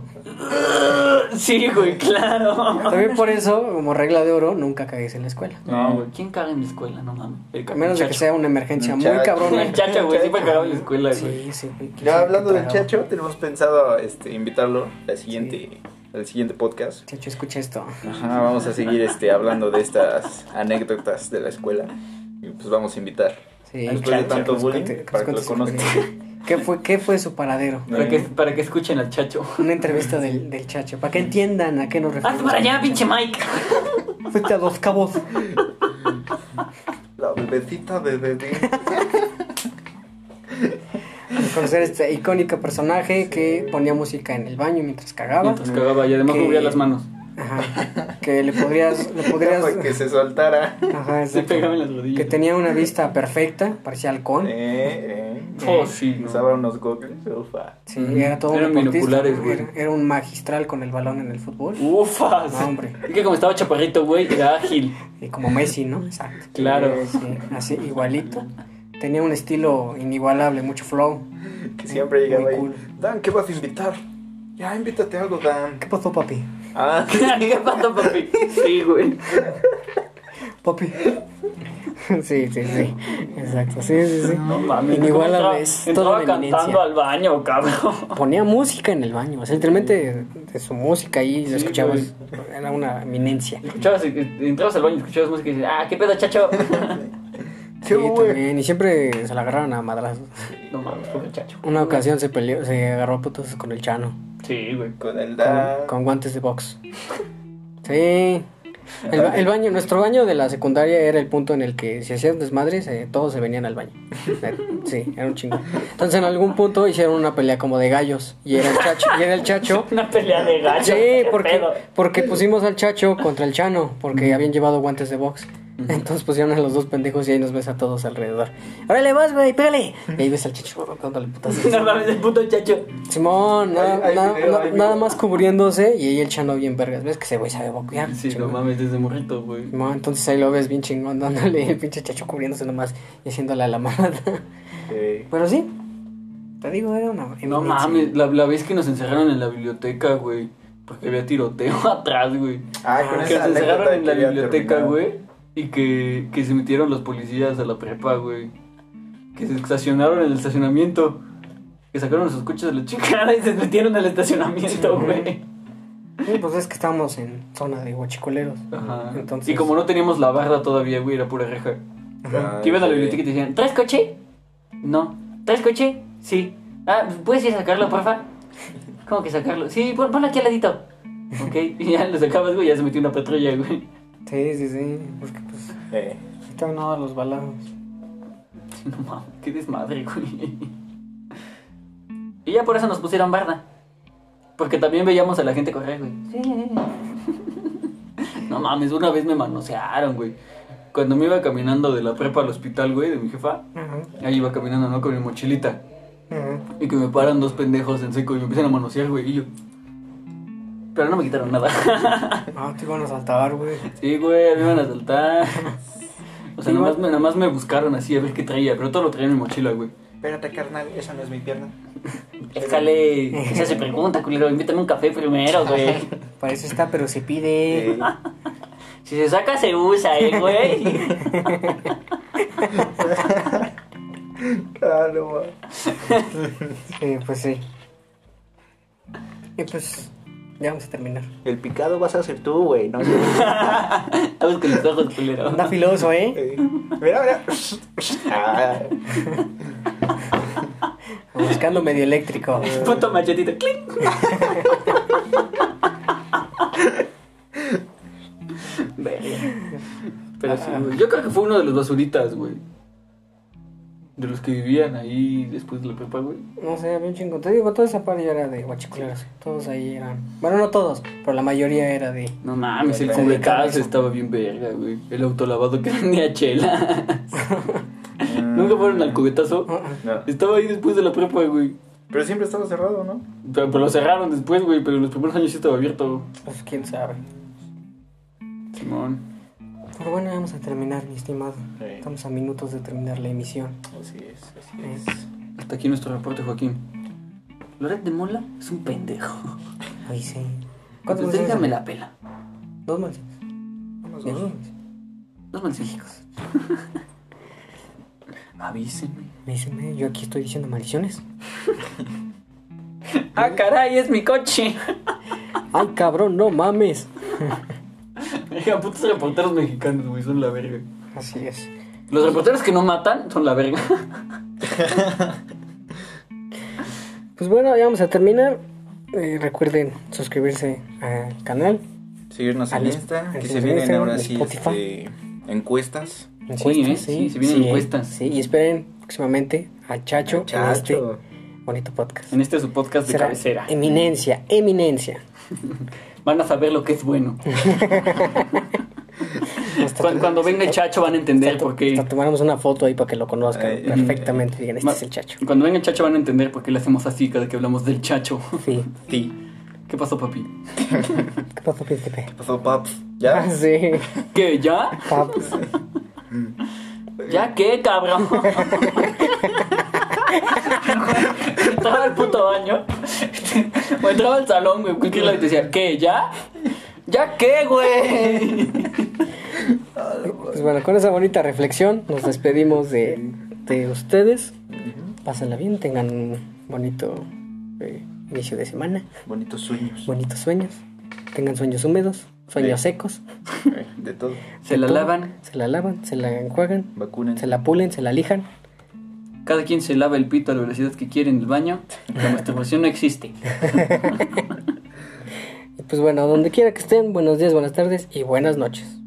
Sí, güey, claro. También por eso, como regla de oro, nunca cagues en la escuela. No, güey, ¿quién caga en la escuela? No mames. El A menos de que chacho. sea una emergencia muy Muchacho. cabrona. El chacho, güey, siempre cagaba en la escuela, güey. Sí, sí, güey. Ya hablando del Trago. Chacho, tenemos pensado este, invitarlo al siguiente, al siguiente podcast. Chacho, escucha esto. Ajá, vamos a seguir este, hablando de estas anécdotas de la escuela. Y pues vamos a invitar. Sí, Después Chacho, de tanto que nos bullying, cuente- que nos para que cuente lo su conozcan. experiencia. ¿Qué fue, ¿Qué fue su paradero? Para que, para que escuchen al chacho. Una entrevista del, del Chacho, para que entiendan a qué nos referimos. Hazte para allá, pinche Mike. Fuiste a los cabos. La bebecita de bebé. conocer este icónico personaje que ponía música en el baño mientras cagaba. Mientras cagaba y además Que- cubría las manos. Ajá. Que le podrías, le podrías. Para que se soltara. Ajá, Se exacto. pegaba en las rodillas. Que tenía una vista perfecta, parecía halcón. Eh, eh. Oh, sí, no. Usaba unos goggles, ufa. Sí, era todo Eran un deportista. binoculares, güey. Uh. Era, era un magistral con el balón en el fútbol. Ufas. No, hombre. Es que como estaba chaparrito, güey, era ágil. Y como Messi, ¿no? Exacto. Claro. Sí, así, igualito. Tenía un estilo inigualable, mucho flow. Que siempre llegaba Muy ahí. cool. Dan, ¿qué vas a invitar? Ya, invítate algo, Dan. ¿Qué pasó, papi? Ah, ¿Qué pasó, papi? Sí, güey. Papi. Sí, sí, sí. Exacto. Sí, sí, sí. No mames. Inigualable. es toda entraba, una entraba eminencia. cantando al baño, cabrón. ponía música en el baño, o sea, literalmente de su música ahí Sí, lo escuchabas, era una eminencia. Escuchabas, eh, entrabas al baño, escuchabas música y dices, ah, qué pedo, chacho. Sí, güey. también, y siempre se la agarraron a madrazos. no mames, pobre chacho. Una ocasión se peleó, se agarró a putos con el Chano, Sí, güey. con el con, Dan. con guantes de box. Sí. El, ba- el baño, nuestro baño de la secundaria era el punto en el que si hacían desmadres, eh, todos se venían al baño. Eh, Sí, era un chingo. Entonces en algún punto hicieron una pelea como de gallos y era el chacho, y era el chacho Una pelea de gacho. Sí, qué porque, pedo. porque pusimos al Chacho contra el Chano, porque habían llevado guantes de box. Entonces pusieron a los dos pendejos y ahí nos ves a todos alrededor. ¡Órale, vas, güey! ¡Pégale! Y ahí ves al chicho dándole putazos. No mames, el puto chacho. Simón, nada, hay nada- video, na- hay nada video. más cubriéndose y ahí el chano bien vergas. ¿Ves que ese güey sabe boquear? Sí, no chingón. mames, desde morrito, güey. Simón, entonces ahí lo ves bien chingón dándole el pinche chacho cubriéndose nomás y haciéndole a la mamada. Eh, Pero sí, te digo, era una. No eminencia. mames, la, la vez que nos encerraron en la biblioteca, güey. Porque había tiroteo atrás, güey. ay, con Porque Ah, esa nos encerraron anécdota en la que ya biblioteca, terminó. güey. Y que, que se metieron los policías a la prepa, güey. Que se estacionaron en el estacionamiento. Que sacaron sus coches de la chingada y se metieron al estacionamiento, güey. Sí, pues es que estábamos en zona de guachicoleros. Ajá. Entonces- Y como no teníamos la barra todavía, güey, era pura reja. Ah, Te ibas a la sí. biblioteca y te decían, ¿traes coche? No. ¿Traes coche? Sí. Ah, ¿puedes ir a sacarlo, porfa? ¿Cómo que sacarlo? Sí, pon- ponlo aquí al ladito. Ok, y ya lo sacabas, güey, ya se metió una patrulla, güey. Sí, sí, sí. Porque pues Eh, estaban nada los balazos. No mames, qué desmadre, güey. Y ya por eso nos pusieron barda. Porque también veíamos a la gente correr, güey. No mames, una vez me manosearon, güey. Cuando me iba caminando de la prepa al hospital, güey, de mi jefa, Ajá, ahí iba caminando, ¿no? Con mi mochilita. ajá. Y que me paran dos pendejos en seco y me empiezan a manosear, güey. Y yo. Pero no me quitaron nada. Ah, te iban a saltar, güey. sí, güey, me iban a saltar. O sea, Igual- nomás me, nomás me buscaron así a ver qué traía, pero todo lo traía en mi mochila, güey. Espérate, carnal, esa no es mi pierna. Escale, esa se pregunta, culero. Invítame un café primero, güey. Para eso está, pero se pide. Eh, Si se saca, se usa, eh, güey. ah, no, va. Sí, pues sí. Y pues ya vamos a terminar. El picado vas a ser tú, güey. No, yo. Estamos con los ojos, culero. Anda filoso, ¿eh? Eh, mira, mira. Ah, Buscando medio eléctrico. Puto machetito. ¡clic! Verga. Pero sí, güey. Yo creo que fue uno de los basuritas, güey. De los que vivían ahí después de la prepa, güey. No sé, bien chingón. Te digo, toda esa parte ya era de guachiculeros. Todos ahí eran. Bueno, no todos, pero la mayoría era de. No mames, Pues el Se cubetazo eso. estaba bien verga, güey. El autolavado que vendía chela. Nunca fueron al cubetazo. No. Estaba ahí después de la prepa, güey. Pero siempre estaba cerrado, ¿no? Pero, pero lo cerraron después, güey. Pero en los primeros años sí estaba abierto. Pues quién sabe. Simón. Pero bueno, ya vamos a terminar, mi estimado. Sí. Estamos a minutos de terminar la emisión. Así es, así es. Hasta aquí nuestro reporte, Joaquín. Loret de Mola es un pendejo. Ahí sí. ¿Cuántos Entonces Pues déjame la pela. Dos más. Vamos, Dos vamos. Dos malcínicos. Avísenme. Me dicen, "Eh, yo aquí estoy diciendo maldiciones. ¡Ah, caray! ¡Es mi coche! Ay, cabrón, no mames. Oiga, putos reporteros mexicanos, güey, son la verga. Así es. Los reporteros que no matan son la verga. Pues bueno, ya vamos a terminar. Eh, recuerden suscribirse al canal. ¿eh? Seguirnos Al- en Insta, al- que al- se vienen Instagram, ahora sí Spotify. este, ¿eh? encuestas. Sí, se vienen encuestas. Sí, y esperen próximamente a Chacho, en este Chacho. bonito podcast. En este es su podcast de Será cabecera. Eminencia, eminencia. Van a saber lo que es bueno. Hasta Cuando, tu- cuando venga el chacho van a entender por qué. hasta tomaremos una foto ahí para que lo conozcan Ay, perfectamente. Digan, este Ma- es el Chacho. Cuando venga el chacho van a entender por qué le hacemos así cada que hablamos del chacho. Sí. Sí. ¿Qué pasó, papi? ¿Qué pasó, príncipe? Pasó Paps. Ah, ¿Ya? sí. ¿Qué? ¿Ya? Paps. ¿Ya qué, cabrón? entraba al puto baño. O entraba al salón, güey. Cualquier lado y te decía, ¿qué? ¿Ya? ¿Ya qué, güey? Pues bueno, con esa bonita reflexión nos despedimos de, de ustedes. Pásenla bien, tengan un bonito eh, inicio de semana, Bonitos sueños. bonitos sueños, tengan sueños húmedos, sueños Sí. secos, Eh, De todo. Se la lavan. se la lavan, se la enjuagan, se Vacúnense. la pulen, se la lijan. Cada quien se lava el pito a la velocidad que quiere en el baño. La masturbación no existe. Y pues bueno, donde quiera que estén, buenos días, buenas tardes y buenas noches.